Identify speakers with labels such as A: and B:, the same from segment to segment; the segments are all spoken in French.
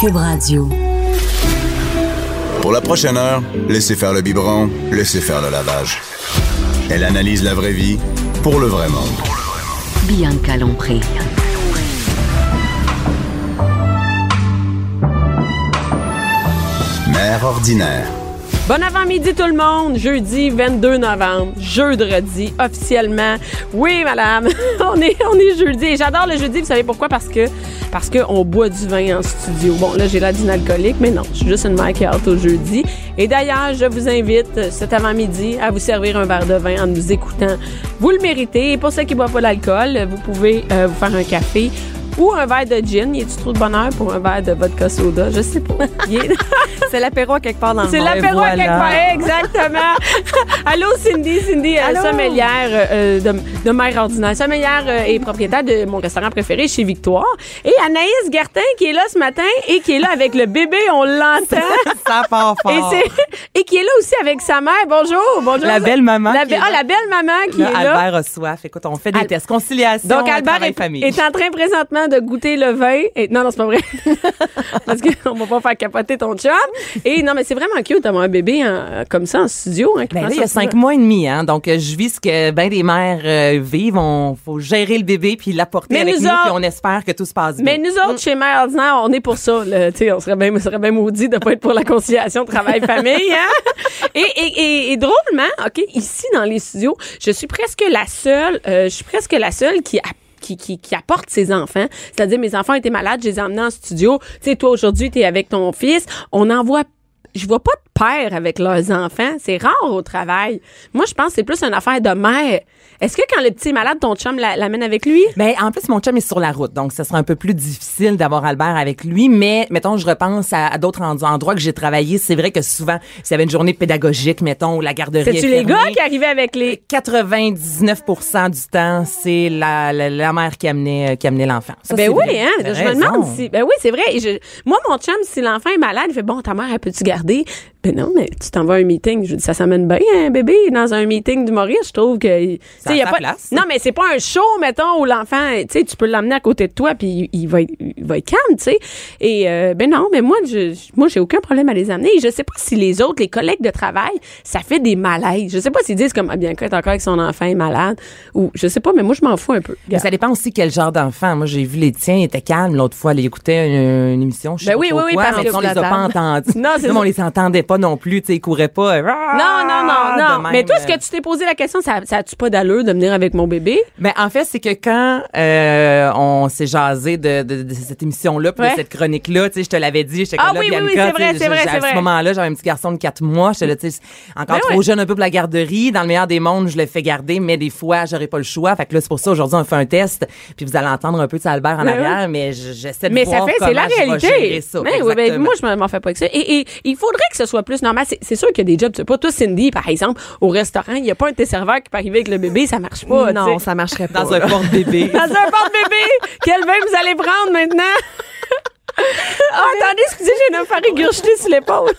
A: Cube Radio.
B: Pour la prochaine heure, laissez faire le biberon, laissez faire le lavage. Elle analyse la vraie vie pour le vrai monde.
A: Bianca Lompré.
B: Mère ordinaire.
C: Bon avant-midi tout le monde, jeudi 22 novembre, jeudi officiellement. Oui madame, on est on est jeudi et j'adore le jeudi, vous savez pourquoi Parce que parce que on boit du vin en studio. Bon là j'ai la d'une alcoolique, mais non, je suis juste une mère qui a hâte au jeudi. Et d'ailleurs, je vous invite euh, cet avant-midi à vous servir un verre de vin en nous écoutant. Vous le méritez et pour ceux qui ne boivent pas d'alcool, euh, vous pouvez euh, vous faire un café ou un verre de gin. Y a-tu trop de bonheur pour un verre de vodka soda? Je sais pas. Il est-
D: C'est l'apéro à quelque part dans le
C: C'est
D: monde.
C: l'apéro à
D: Et
C: quelque
D: Ben, voilà.
C: part, exactement. Allô, Cindy, Cindy, euh,
D: Allô.
C: sommelière euh, de, de mère ordinaire. Sommelière euh, et propriétaire de mon restaurant préféré chez Victoire. Et Anaïs Gertin qui est là ce matin et qui est là avec le bébé, on l'entend.
D: Ça part
C: Et,
D: fort.
C: c'est- et qui est là aussi avec sa mère. Bonjour, bonjour.
D: La belle-maman
C: La,
D: qui
C: be-
D: est
C: ah,
D: là.
C: la belle maman qui
D: Là,
C: est là.
D: Albert a soif. Écoute, on fait des
C: Al-
D: tests. Conciliation,
C: Donc Albert
D: travail,
C: est,
D: famille.
C: est en train présentement de goûter le vin. Et, non, non, c'est pas vrai. Parce qu'on va pas faire capoter ton chum. Et non, mais c'est vraiment cute d'avoir un bébé en- comme ça en studio. Hein, qui
D: Ben
C: prend
D: là, il y
C: son
D: a cinq
C: studio.
D: mois et demi, hein, donc euh, je vis ce que ben des mères euh, vivent. On faut gérer le bébé puis l'apporter
C: Mais
D: avec
C: nous
D: nous,
C: autres-
D: puis on espère que tout se passe bien.
C: Mais nous autres, chez Mère Ordinaire, on est pour ça. là. Tu sais, on serait bien, on serait bien maudits de pas être pour la conciliation travail-famille. Hein? Et, et, et, et drôlement, OK, ici dans les studios, je suis presque la seule, euh, je suis presque la seule qui a- qui, qui, qui apporte ses enfants. C'est-à-dire, mes enfants étaient malades, je les ai emmenés en studio. Tu sais, toi, aujourd'hui, tu es avec ton fils. On envoie je vois pas de père avec leurs enfants. C'est rare au travail. Moi, je pense que c'est plus une affaire de mère. Est-ce que quand le petit est malade, ton chum la- l'amène avec lui?
D: Ben, en plus, mon chum est sur la route, donc ce sera un peu plus difficile d'avoir Albert avec lui. Mais, mettons, je repense à, à d'autres en- endroits que j'ai travaillé. C'est vrai que souvent, s'il y avait une journée pédagogique, mettons, ou la garderie
C: C'est-tu
D: est
C: les gars
D: fermée,
C: qui arrivaient avec les...
D: 99% du temps, c'est la, la, la mère qui amenait, euh, qui amenait l'enfant. Ça,
C: ben
D: c'est
C: oui,
D: vrai.
C: hein.
D: T'as
C: Je me demande
D: raison.
C: si. Ben oui, c'est vrai. Et je- moi, mon chum, si l'enfant est malade, il fait bon, ta mère, elle peut-tu garder? Ben non, mais tu t'en vas à un meeting. Je dis, ça s'amène bien, un bébé, dans un meeting d'humoriste. Je trouve que. tu sais,
D: a
C: il y a
D: sa
C: pas-
D: place.
C: Non, mais c'est pas un show, mettons, où l'enfant, tu sais, tu peux l'emmener à côté de toi, puis il, il va, être, il va être calme, tu sais. Et, euh, ben non, mais moi, je, moi, j'ai aucun problème à les amener. Et je sais pas si les autres, les collègues de travail, ça fait des malaises. Je sais pas s'ils disent comme, ah, Bianca est encore avec son enfant est malade, ou je sais pas, mais moi, je m'en fous un peu.
D: Mais ça dépend aussi quel genre d'enfant. Moi, j'ai vu les tiens, ils étaient calmes. L'autre fois, ils écoutaient une, une émission. Je sais
C: Ben
D: pas
C: oui,
D: trop
C: oui, oui,
D: quoi,
C: parce
D: mais
C: que
D: on les a
C: la
D: pas
C: table.
D: entendus.
C: Non, c'est
D: Nous,
C: ça.
D: on les entendait pas non plus. tu sais, Ils couraient
C: Non,
D: pas.
C: non, non, non.
D: De même,
C: mais toi, ce
D: euh,
C: que tu t'es posé la question, ça, ça a-tu pas d'allure de venir avec mon bébé?
D: Ben, en fait, c'est que quand euh, on s'est jasé de, de, de cette émission-là, puis
C: Ouais.
D: de cette chronique-là, tu sais, je te l'avais dit, j'étais
C: Ah
D: comme là,
C: oui, oui, oui,
D: Bianca,
C: c'est vrai,
D: tu sais,
C: c'est vrai,
D: j'ai-
C: c'est
D: À
C: vrai.
D: ce moment-là, j'avais un petit garçon de 4 mois, j'étais là, tu sais, encore
C: Ben
D: trop
C: ouais.
D: jeune un peu pour la garderie, dans le meilleur des mondes, je le fais garder, mais des fois, j'aurais pas le choix. Fait que là, c'est pour ça, aujourd'hui, on fait un test, puis vous allez entendre un peu de ça, Albert en
C: Ben
D: arrière, mais je- j'essaie de
C: Mais
D: voir
C: ça fait,
D: comment
C: c'est la
D: je vais
C: réalité.
D: gérer ça.
C: Ben oui, ben,
D: Exactement.
C: moi, je m'en- m'en fais pas avec ça. Et, et il faudrait que ce soit plus normal. C'est- C'est sûr qu'il y a des jobs, tu sais pas. Toi, Cindy, par exemple, au restaurant, il n'y a pas un de tes serveurs qui peut arriver avec le bébé, ça marche pas. tu sais.
E: Non, ça marcherait pas.
D: Dans un porte-bébé.
C: Dans un porte-bébé, quel vin vous allez prendre maintenant? oh, attendez, excusez, j'ai une faire régurgiter sur l'épaule.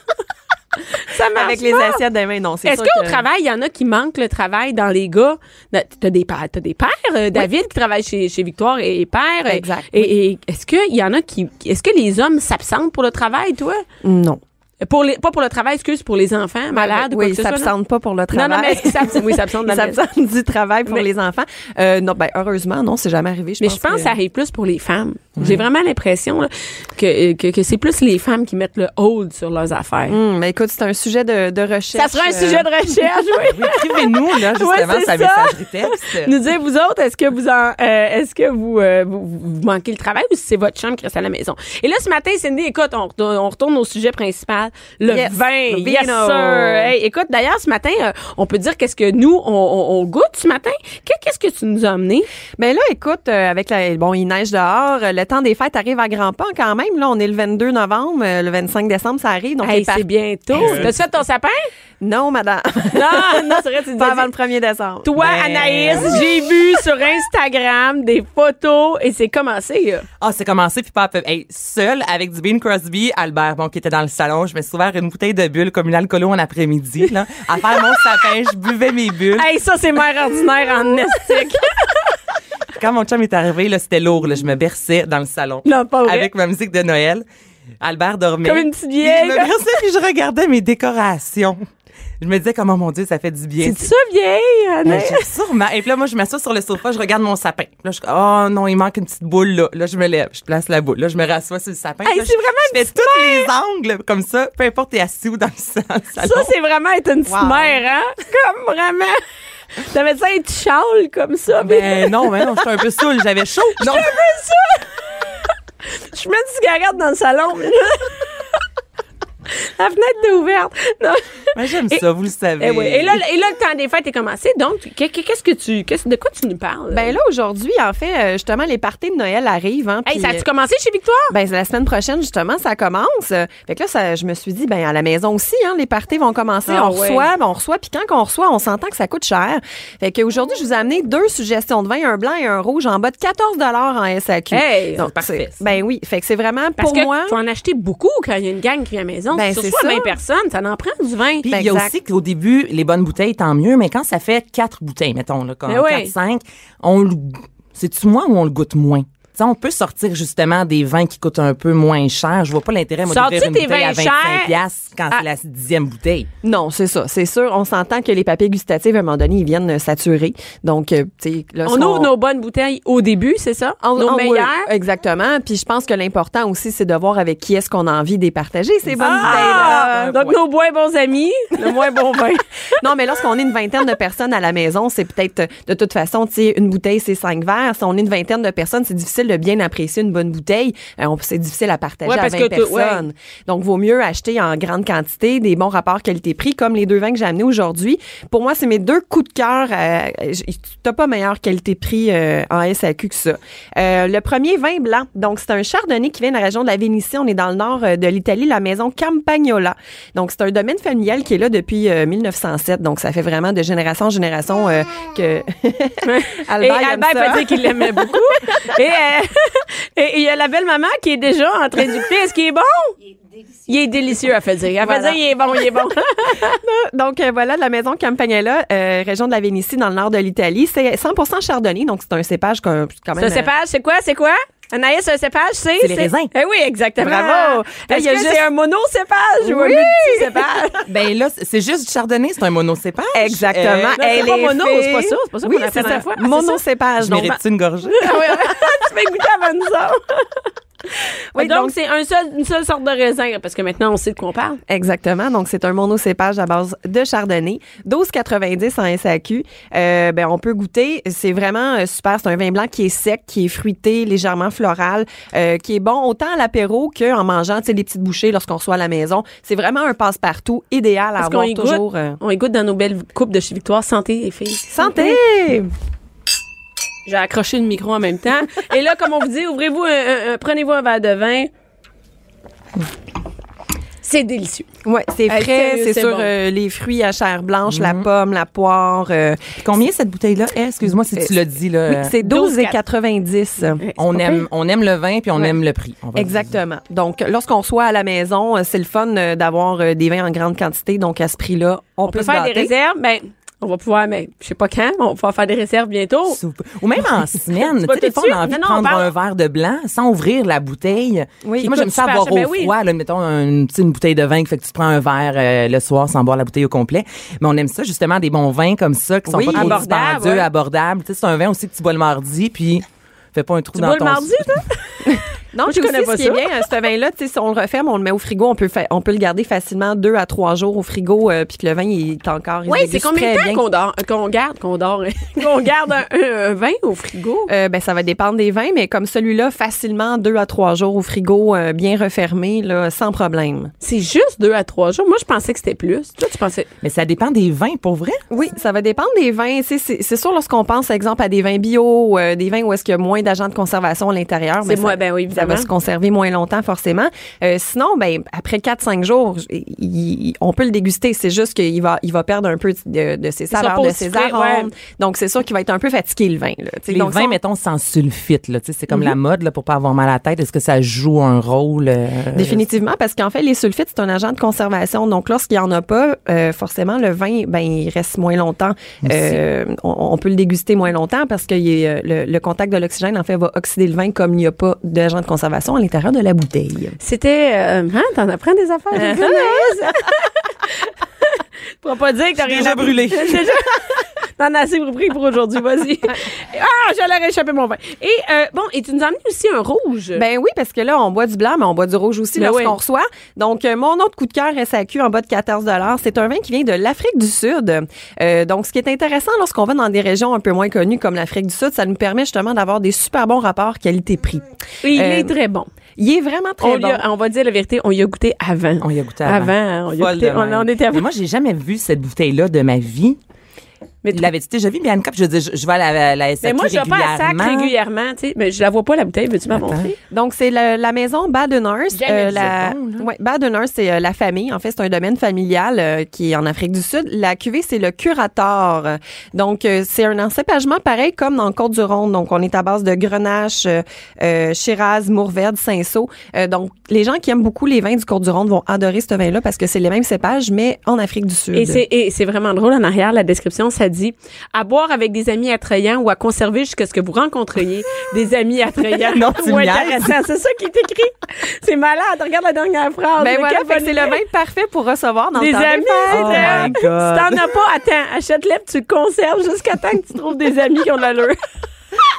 C: ça marche
E: Avec les
C: pas.
E: assiettes de main, non. c'est
C: Est-ce
E: sûr
C: qu'au
E: que-
C: travail, il y en a qui manquent le travail dans les gars? Na- T'as des pères, t'as des pères, euh, David qui travaille chez, chez Victoire et, et père. Et-
E: Exact,
C: Et, et est-ce qu'il y en a qui, est-ce que les hommes s'absentent pour le travail, toi?
E: Non. Ah,
C: Pour les, pas pour le travail, excuse, pour les enfants malades ou quoi
E: oui,
C: que ce
E: ils
C: soit, non?
E: s'absentent pas pour le
C: Non, non,
E: travail.
C: mais est-ce qu'ils s'absentent? Oui, ils s'absentent de la
E: Ils s'absentent du travail pour
C: Mais-
E: les enfants. Euh, non, ben, heureusement, non, c'est jamais arrivé. Je
C: Mais
E: pense
C: je pense que
E: que-
C: ça arrive plus pour les femmes. J'ai vraiment l'impression là, que, euh, que, que c'est plus les femmes qui mettent le hold sur leurs affaires.
E: Hum, mais écoute, c'est un sujet de, de recherche.
C: Ça serait un
E: euh,
C: sujet de recherche, oui.
D: Oui, Écrivez-nous, là,
C: Ouais,
D: justement,
C: c'est ça.
D: sa messagerie texte.
C: nous dire vous autres est-ce que vous en, euh, est-ce que vous, euh, vous vous manquez le travail ou si c'est votre chambre qui reste à la maison et là ce matin Cindy écoute on retourne, on retourne au sujet principal le
E: Yes,
C: vin
E: le
C: yes
E: vino.
C: sir Hey, écoute d'ailleurs ce matin euh, on peut dire qu'est-ce que nous on, on- on goûte ce matin Que- qu'est-ce que tu nous as amené
E: Mais là, écoute, euh, avec la, bon, il neige dehors, euh, le temps des fêtes arrive à grands pas quand même. Là, on est le 22 novembre, euh, le 25 décembre, ça arrive. Donc,
C: Hey,
E: les par-
C: c'est bientôt t'as fait ton sapin
E: Non, madame.
C: non non c'est vrai tu nous as
E: Pas
C: dit-
E: avant le 1er décembre.
C: toi
D: Ben-
C: Anaïs j'ai vu sur Instagram des photos et c'est commencé là.
D: Ah, c'est commencé puis pas à peu. Hey, seul avec du Bean Crosby, Albert, bon, qui était dans le salon, je me suis ouvert une bouteille de bulles comme une alcoolo en après-midi, là, à faire mon sapin, je buvais mes bulles.
C: hey ça c'est mère ordinaire en estique
D: Quand mon chum est arrivé, là, c'était lourd, là, je me berçais dans le salon.
C: Non, pas vrai.
D: Avec ma musique de Noël. Albert dormait.
C: Comme une petite vieille.
D: Je me versais, puis je regardais mes décorations. Je me disais, comment mon Dieu, ça fait du bien.
C: C'est ça, vieille,
D: Ben,
C: Annette?
D: j'ai- sûrement. Et puis là, moi, je m'assois sur le sofa, je regarde mon sapin. Là, je oh non, il manque une petite boule là. Là, je me lève, je place la boule. Là, je me rassois sur le sapin.
C: Hey,
D: Là,
C: c'est
D: je-
C: vraiment
D: je
C: une
D: fais tous les angles comme ça, peu importe t'es assis ou dans le sa- salon.
C: Ça, c'est vraiment être une petite
E: Wow.
C: mère, hein? Comme vraiment. T'avais dit être châle comme ça. puis-
D: Ben non, mais non, j'étais un peu saoul, j'avais chaud. Non.
C: Je mets une cigarette dans le salon. puis là- La fenêtre est ouverte. Non.
D: Mais Ben, j'aime
C: Et-
D: ça, vous le savez.
C: Eh oui. Et, là, et là, le temps des fêtes est commencé. Donc, qu'est- qu'est-ce que tu. qu'est-ce- de quoi tu nous parles?
E: Ben là, aujourd'hui, en fait, euh, justement, les parties de Noël arrivent. Hein,
C: Hey,
E: puis,
C: ça
E: euh,
C: a-tu commencé chez Victoire?
E: Ben, c'est la semaine prochaine, justement, ça commence. Euh, Fait que là, ça, je me suis dit, ben, à la maison aussi, hein, les parties vont commencer.
C: Ah
E: on
C: ouais.
E: reçoit, ben, on reçoit, puis quand on reçoit, on s'entend que ça coûte cher. Fait qu'aujourd'hui, je vous ai amené deux suggestions de vin, un blanc et un rouge, en bas de 14 en SAQ.
C: Hey, c'est
E: c'est-
C: parfait.
E: Ben oui, fait que c'est vraiment,
C: Parce
E: pour
C: que
E: moi...
C: faut en acheter beaucoup quand il y a une gang qui vient à la maison.
E: Ben,
C: Sur
E: c'est
C: soi,
E: ça.
C: 20 personnes, ça en prend du vin. Ben,
D: Puis il y a
E: Exact.
D: aussi qu'au début, les bonnes bouteilles, tant mieux, mais quand ça fait quatre bouteilles, mettons, là, comme
C: Mais oui.
D: 4-5, on le. C'est-tu moins ou on le goûte moins? Tu sais, on peut sortir justement des vins qui coûtent un peu moins cher. Je vois pas l'intérêt, moi,
C: Sors-tu
D: d'ouvrir une
C: tes
D: bouteille à
C: vins
D: 25
C: chers?
D: piastres quand
C: Ah.
D: c'est la dixième bouteille.
E: Non, c'est ça, c'est sûr. On s'entend que les papilles gustatives, à un moment donné, ils viennent euh, saturer. Donc, euh, tu sais, là,
C: on
E: si
C: ouvre nos bonnes bouteilles au début, c'est ça?
E: En-
C: nos
E: en- oui,
C: meilleures.
E: exactement. Puis je pense que l'important aussi, c'est de voir avec qui est-ce qu'on a envie de les partager, ces bonnes
C: Ah!
E: bouteilles-là.
C: donc, nos bons et bons amis, le moins bon vin.
E: Non, mais lorsqu'on est une vingtaine de personnes à la maison, c'est peut-être, euh, de toute façon, tu sais, une bouteille, c'est cinq verres. Si on est une vingtaine de personnes, c'est difficile de bien apprécier une bonne bouteille. Euh, on- c'est difficile à partager
C: Ouais,
E: à
C: parce
E: 20
C: que t'as-
E: personnes. Donc, vaut mieux acheter en grande quantité des bons rapports qualité-prix, comme les deux vins que j'ai amenés aujourd'hui. Pour moi, c'est mes deux coups de cœur. euh, j- T'as pas meilleur qualité-prix euh, en SAQ que ça. Euh, le premier, vin blanc. Donc, c'est un chardonnay qui vient de la région de la Vénitie. On est dans le nord euh, de l'Italie, la maison Campagnola. Donc, c'est un domaine familial qui est là depuis euh, 1907. Donc, ça fait vraiment de génération en génération euh, que... Albert,
C: et
E: il aime
C: Albert
E: ça.
C: peut dire qu'il l'aimait beaucoup. et euh, et il y a la belle-maman qui est déjà en train du Est-ce qu'il est bon? Il est délicieux, elle fait dire. Elle fait
E: Voilà.
C: dire, il est bon, il est bon.
E: Donc euh, voilà, de la maison Campagnella, euh, région de la Vénitie, dans le nord de l'Italie. C'est 100% chardonnay, donc c'est un cépage qu'on- quand même...
C: Ce cépage, c'est quoi? C'est quoi? Anaïs, un cépage, c'est?
D: C'est les raisins.
C: Eh oui, exactement.
E: Bravo. Eh, il
C: Est-ce
E: y a
C: que
E: juste-
C: c'est un monocépage ou un
E: euh, Oui.
C: multicépage?
D: ben là, c'est juste du chardonnay, c'est un monocépage.
E: Exactement.
D: Euh,
C: Non, c'est
E: Elle
C: pas
E: est
C: mono,
E: fait-
C: c'est pas ça, c'est pas ça
E: Oui,
C: qu'on
E: c'est
C: appelle
E: ça.
C: la fois. Ah, c'est
E: Monocépage.
D: je
E: donc,
D: mérite une gorgée.
C: Ah ouais, tu fais goûter avant nous autres.
E: Oui,
C: donc,
E: donc-
C: c'est un seul, une seule sorte de raisin, parce que maintenant, on sait de quoi on parle.
E: Exactement. Donc, c'est un monocépage à base de chardonnay. 12,90 en SAQ. Euh, ben, on peut goûter. C'est vraiment euh, super. C'est un vin blanc qui est sec, qui est fruité, légèrement floral, euh, qui est bon autant à l'apéro qu'en mangeant, tu sais, des petites bouchées lorsqu'on reçoit à la maison. C'est vraiment un passe-partout idéal
C: Parce
E: à
C: qu'on
E: avoir
C: y goûte.
E: toujours. euh,
C: On écoute dans nos belles coupes de chez Victoire. Santé, les filles.
E: Santé!
C: J'ai accroché le micro en même temps. Et là, comme on vous dit, ouvrez-vous, un- un- un- prenez-vous un verre de vin. C'est délicieux.
E: Ouais, c'est
C: Euh,
E: frais,
C: sérieux,
E: c'est
C: c'est
E: sur
C: bon. Mhm.
E: euh, les fruits à chair blanche, la pomme, la poire. euh,
D: Combien cette bouteille-là est? Excuse-moi si tu l'as dit, là.
E: oui,
D: euh,
E: c'est 12,90.
D: on aime, on aime le vin puis on
E: Ouais.
D: aime le prix. on va dire.
E: Exactement. Donc, lorsqu'on soit à la maison, euh, c'est le fun euh, d'avoir euh, des vins en grande quantité. Donc, à ce prix-là, on,
C: On peut faire des réserves, ben, on va pouvoir, mais je sais pas quand, mais on va pouvoir faire des réserves bientôt.
D: Soupe. Oh. Ou même en semaine. tu
C: pas
D: sais, des fois,
C: tout de
D: on a envie
C: suite.
D: de
C: Non, non, on
D: prendre
C: parle-
D: un verre de blanc sans ouvrir la bouteille.
E: Oui.
D: Moi,
C: Écoute,
D: j'aime ça
C: super
D: avoir
C: cher. Ben
D: au
C: oui.
D: froid. Là, mettons une, tu sais, une bouteille de vin qui fait que tu prends un verre euh, le soir sans boire la bouteille au complet. Mais on aime ça, justement, des bons vins comme ça qui sont
E: Oui.
D: pas trop
C: Abordables,
D: dispendieux,
C: ouais.
D: abordables. Tu sais, c'est un vin aussi que tu bois le mardi, puis fais pas un trou
C: Tu
D: dans
C: bois le
D: ton...
C: mardi, toi?
E: Non,
C: Moi,
E: je
C: je
E: connais
C: connais
E: pas
C: pas
E: ce qui est
C: ça.
E: bien, euh, ce vin-là, tu sais, si on le referme, on le met au frigo, on peut, fa- on peut le garder facilement deux à trois jours au frigo, euh, puis que le vin il est encore. il
C: Oui,
E: se
C: c'est
E: déguste
C: combien de
E: très
C: temps
E: bien.
C: qu'on dort, qu'on garde, qu'on dort, hein. qu'on garde un, un- un vin au frigo?
E: Euh, ben, ça va dépendre des vins, mais comme celui-là, facilement deux à trois jours au frigo, euh, bien refermé, là, sans problème.
C: C'est juste deux à trois jours. Moi, je pensais que c'était plus. Toi, tu pensais.
D: Mais ça dépend des vins, pour vrai.
E: Oui, ça va dépendre des vins. C'est- C'est c'est sûr, lorsqu'on pense, exemple, à des vins bio, euh, des vins où est-ce qu'il y a moins d'agents de conservation à l'intérieur,
C: C'est
E: ça-
C: moins- ben oui,
E: ça
C: évidemment.
E: va se conserver moins longtemps, forcément. Euh, sinon, ben, après 4-5 jours, j- il- il- on peut le déguster. C'est juste qu'il va, il va perdre un peu de, de ses
C: sera
E: saveurs,
C: pas
E: de
C: aussi
E: ses
C: frais,
E: arômes.
C: ouais.
E: Donc, c'est sûr qu'il va être un peu fatigué, le vin. Là, Tu sais,
D: Les
E: donc,
D: vins,
E: si on-
D: mettons, sans sulfite, là, tu sais, c'est comme
C: Mhm.
D: la mode là, pour pas avoir mal à la tête. Est-ce que ça joue un rôle? euh,
E: Définitivement, parce qu'en fait, les sulfites, c'est un agent de conservation. Donc, lorsqu'il n'y en a pas, euh, forcément, le vin, ben, il reste moins longtemps. Euh, on, on peut le déguster moins longtemps parce que il est, euh, le, le contact de l'oxygène, en fait, va oxyder le vin comme il n'y a pas d'agent de conservation à l'intérieur de la bouteille.
C: C'était. euh, hein, t'en apprends des affaires, Anaïs? Tu pourras pas dire que t'as
D: suis
C: rien
D: déjà
C: appris.
D: brûlée.
C: C'est déjà- T'en as assez repris pour aujourd'hui, vas-y. Ah, j'allais réchapper mon vin. Et euh, bon, et tu nous as amené aussi un rouge.
E: Ben oui, parce que là, on boit du blanc, mais on boit du rouge aussi
C: Ben
E: lorsqu'on
C: oui.
E: reçoit. Donc, euh, mon autre coup de cœur SAQ en bas de 14 c'est un vin qui vient de l'Afrique du Sud. Euh, donc, ce qui est intéressant lorsqu'on va dans des régions un peu moins connues comme l'Afrique du Sud, ça nous permet justement d'avoir des super bons rapports qualité-prix.
C: Et il est
E: euh,
C: très bon.
E: Il est vraiment très
C: on,
E: bon.
C: lui a- on va dire la vérité, on y a goûté avant.
D: On y a goûté
C: Avant,
D: avant.
C: hein, on y a
D: Folle
C: goûté-
D: de
C: on-
D: même.
C: on était avant.
D: Mais moi, j'ai jamais vu cette bouteille-là de ma vie.
C: Mais
D: Mais
C: tu-
D: tu l'avais-tu déjà vu, Bianca? Puis je veux dire, je, je vais à la, la SAQ
C: Mais moi, je vais
D: régulièrement.
C: pas à sac régulièrement, tu sais. Mais je la vois pas, la bouteille. Veux-tu m'en montrer?
E: Donc, c'est la, la maison Badenhurst.
D: Jamais dit
E: euh, la,
D: ça, bon, là.
E: ouais, Badenhurst, c'est euh, la famille. En fait, c'est un domaine familial euh, qui est en Afrique du Sud. La cuvée, c'est le Curator. Donc, euh, c'est un encépagement pareil comme dans le Côte-du-Rhône. Donc, on est à base de Grenache, euh, euh, Shiraz, Mourvèdre, Cinsault. Euh, donc, les gens qui aiment beaucoup les vins du Côte-du-Rhône vont adorer ce vin-là parce que c'est les mêmes cépages, mais en Afrique du Sud.
C: Et c'est, et c'est vraiment drôle en arrière, la description, ça dit à boire avec des amis attrayants ou à conserver jusqu'à ce que vous rencontriez des amis attrayants
D: Non, tu
C: ou
D: me niaises.
C: intéressants. C'est ça qui est écrit. C'est malade. Regarde la dernière phrase.
E: ben
C: Le
E: voilà,
C: Cabernet.
E: fait que c'est le vin parfait pour recevoir dans le
C: des
E: temps des
C: amis.
E: fêtes.
D: Oh
C: euh,
D: my
C: si
D: God.
C: t'en as pas, attends, achète-le puis tu le conserves jusqu'à temps que tu trouves des amis qui ont de l'allure.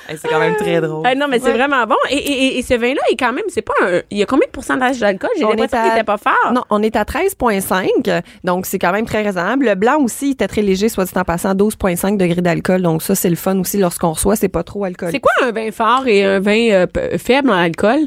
D: Hey, c'est quand même très drôle.
C: Ah non, mais c'est vraiment bon. Et, et, et- et ce vin-là est quand même, c'est pas un. Il y a combien de pourcentage d'alcool? J'ai
E: On
C: l'impression
E: est à-
C: qu'il était pas fort.
E: Non, on est à 13,5. Donc, c'est quand même très raisonnable. Le blanc aussi il était très léger, soit dit en passant, 12,5 degrés d'alcool. Donc, ça, c'est le fun aussi lorsqu'on reçoit. C'est pas trop
C: C'est
E: alcoolique.
C: quoi un vin fort et un vin euh, p- faible en alcool?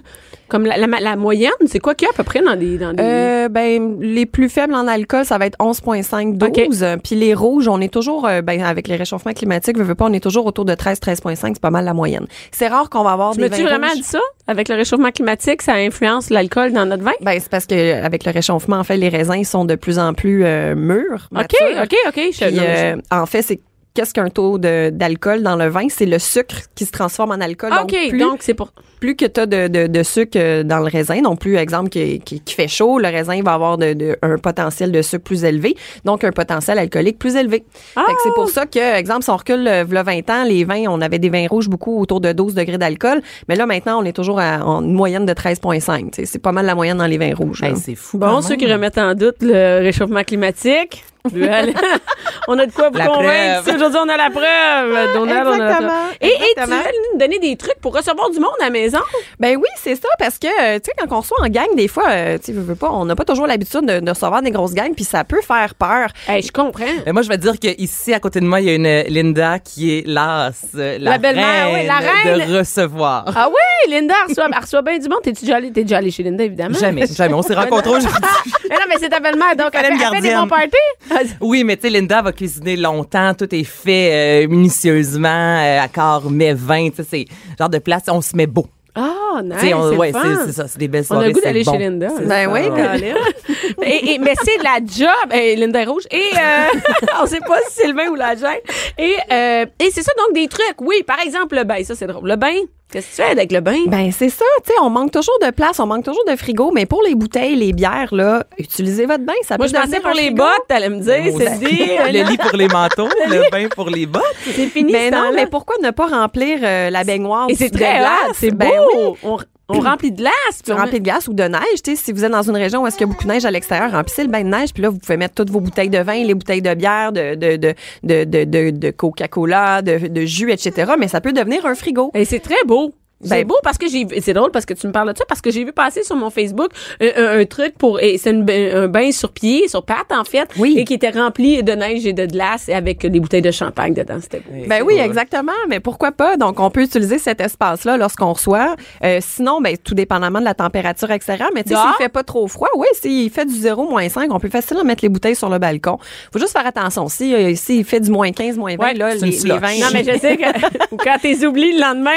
C: Comme la, la, ma- la moyenne, c'est quoi qu'il y a à peu près dans des. Dans des...
E: Euh, ben, les plus faibles en alcool, ça va être 11,5, 12. Puis les rouges, on est toujours, euh, ben, avec les réchauffements climatiques, veux, veux pas, on est toujours autour de 13, 13,5. C'est pas mal la moyenne. C'est rare qu'on va avoir
C: tu
E: des
C: m'as-tu
E: vins
C: vraiment
E: rouges.
C: dit ça? Avec le réchauffement climatique, ça influence l'alcool dans notre vin?
E: Ben, c'est parce que euh, avec le réchauffement, en fait, les raisins sont de plus en plus euh, mûrs.
C: OK,
E: matures.
C: OK, OK. Je,
E: Puis,
C: non, mais
E: euh, en fait, c'est qu'est-ce qu'un taux de- d'alcool dans le vin? C'est le sucre qui se transforme en alcool.
C: je- Ah, OK,
E: plus,
C: donc c'est pour.
E: plus que tu as de, de- de sucre euh, dans le raisin, donc plus, exemple, qui, qui- qui fait chaud, le raisin va avoir de- de- un potentiel de sucre plus élevé, donc un potentiel alcoolique plus élevé. Fait
C: Ah!
E: que c'est pour ça que, exemple, si on recule euh, v'là 20 ans, les vins, on avait des vins rouges beaucoup autour de 12 degrés d'alcool, mais là, maintenant, on est toujours à en moyenne de 13,5. tu sais, C'est pas mal la moyenne dans les vins rouges.
D: Hey,
E: là.
D: c'est fou.
C: hein. Bon,
D: quand
C: ceux
D: même.
C: qui remettent en doute le réchauffement climatique. Duel. on a de quoi vous
D: La
C: convaincre.
D: preuve.
C: Si Aujourd'hui, on a la preuve. Donald, on a la preuve.
E: Exactement,
C: Et, et tu
E: exactement.
C: veux nous donner des trucs pour recevoir du monde à la maison?
E: Ben oui, c'est ça, parce que, euh, tu sais, quand on reçoit en gang, des fois, euh, tu sais, veux, veux pas, on n'a pas toujours l'habitude de, de recevoir des grosses gangs, puis ça peut faire peur.
C: Hey, je comprends.
D: Mais moi, je vais te dire qu'ici, à côté de moi, il y a une Linda qui est lasse. euh, La,
C: La belle-mère, oui, la reine.
D: De recevoir.
C: Ah oui, Linda elle reçoit, elle reçoit bien du monde. T'es-tu déjà allée, t'es déjà allée chez Linda, évidemment?
D: Jamais, jamais. On s'est rencontrés aujourd'hui.
C: Mais non, mais c'est ta belle-mère, donc elle fait,
D: Madame
C: elle fait des bons
D: gardienne.
C: parties.
D: Oui, mais tu sais, Linda va cuisiner longtemps. Tout est fait euh, minutieusement, euh, à quart, mai 20. Tu sais, c'est le genre de place, on se met beau.
C: Ah, nice,
D: Tu sais, on-
C: c'est
D: ouais,
C: fun.
D: c'est c'est ça, c'est des belles
C: On
D: soirées.
C: a le goût
D: c'est
C: d'aller
D: bon.
C: chez Linda.
E: Ben oui,
D: ouais.
C: Colin. et, et- mais c'est de la job. Eh, Linda est rouge. Et euh, on sait pas si c'est le bain ou la gêne. Et, euh, et c'est ça, donc des trucs. Oui, par exemple, le bain. Ça, c'est drôle. Le bain, qu'est-ce que tu fais avec le bain?
E: Ben c'est ça, tu sais, on manque toujours de place, on manque toujours de frigo, mais pour les bouteilles, les bières, là, utilisez votre bain, ça
C: Moi,
E: peut
C: je pensais
E: devenir
C: pour
E: un
C: les
E: frigo.
C: bottes, t'allais me dire.
D: Mon
C: C'est
D: Dieu.
C: dit.
D: Ben,
C: euh,
D: le lit pour les manteaux, le bain pour les bottes.
C: C'est fini,
E: Ben
C: ce
E: non,
C: temps-là.
E: mais pourquoi ne pas remplir euh, la baignoire
C: Et c'est
E: de
C: très
E: glace?
C: hot. C'est beau.
E: Ben oui.
C: on, on remplit de glace. puis
E: Tu
C: on met-
E: remplis de glace ou de neige, tu sais, si vous êtes dans une région où est-ce qu'il y a beaucoup de neige à l'extérieur, remplissez le bain de neige, puis là, vous pouvez mettre toutes vos bouteilles de vin, les bouteilles de bière, de, de, de, de, de, de- de Coca-Cola, de, de jus, etc., mais ça peut devenir un frigo.
C: Et c'est très beau. C'est
E: Ben-
C: beau parce que j'ai vu- c'est drôle parce que tu me parles de ça parce que j'ai vu passer sur mon Facebook euh, un, un truc pour et c'est une ba- un bain sur pied sur pattes en fait
E: Oui.
C: et qui était rempli de neige et de glace et avec des bouteilles de champagne dedans c'était beau.
E: Ben oui, exactement. Mais pourquoi pas? Donc, on peut utiliser cet espace-là lorsqu'on reçoit. Euh, sinon, ben, tout dépendamment de la température extérieure, mais tu sais,
C: Dehors?
E: s'il fait pas trop froid, oui, s'il fait du 0, moins 5, on peut facilement mettre les bouteilles sur le balcon. Faut juste faire attention. Si, euh, s'il fait du moins 15, moins 20,
C: Ouais,
E: là,
D: c'est
E: les,
D: une
E: les
D: slush.
E: vins...
C: Non mais je sais que ou quand t'es oublié le lendemain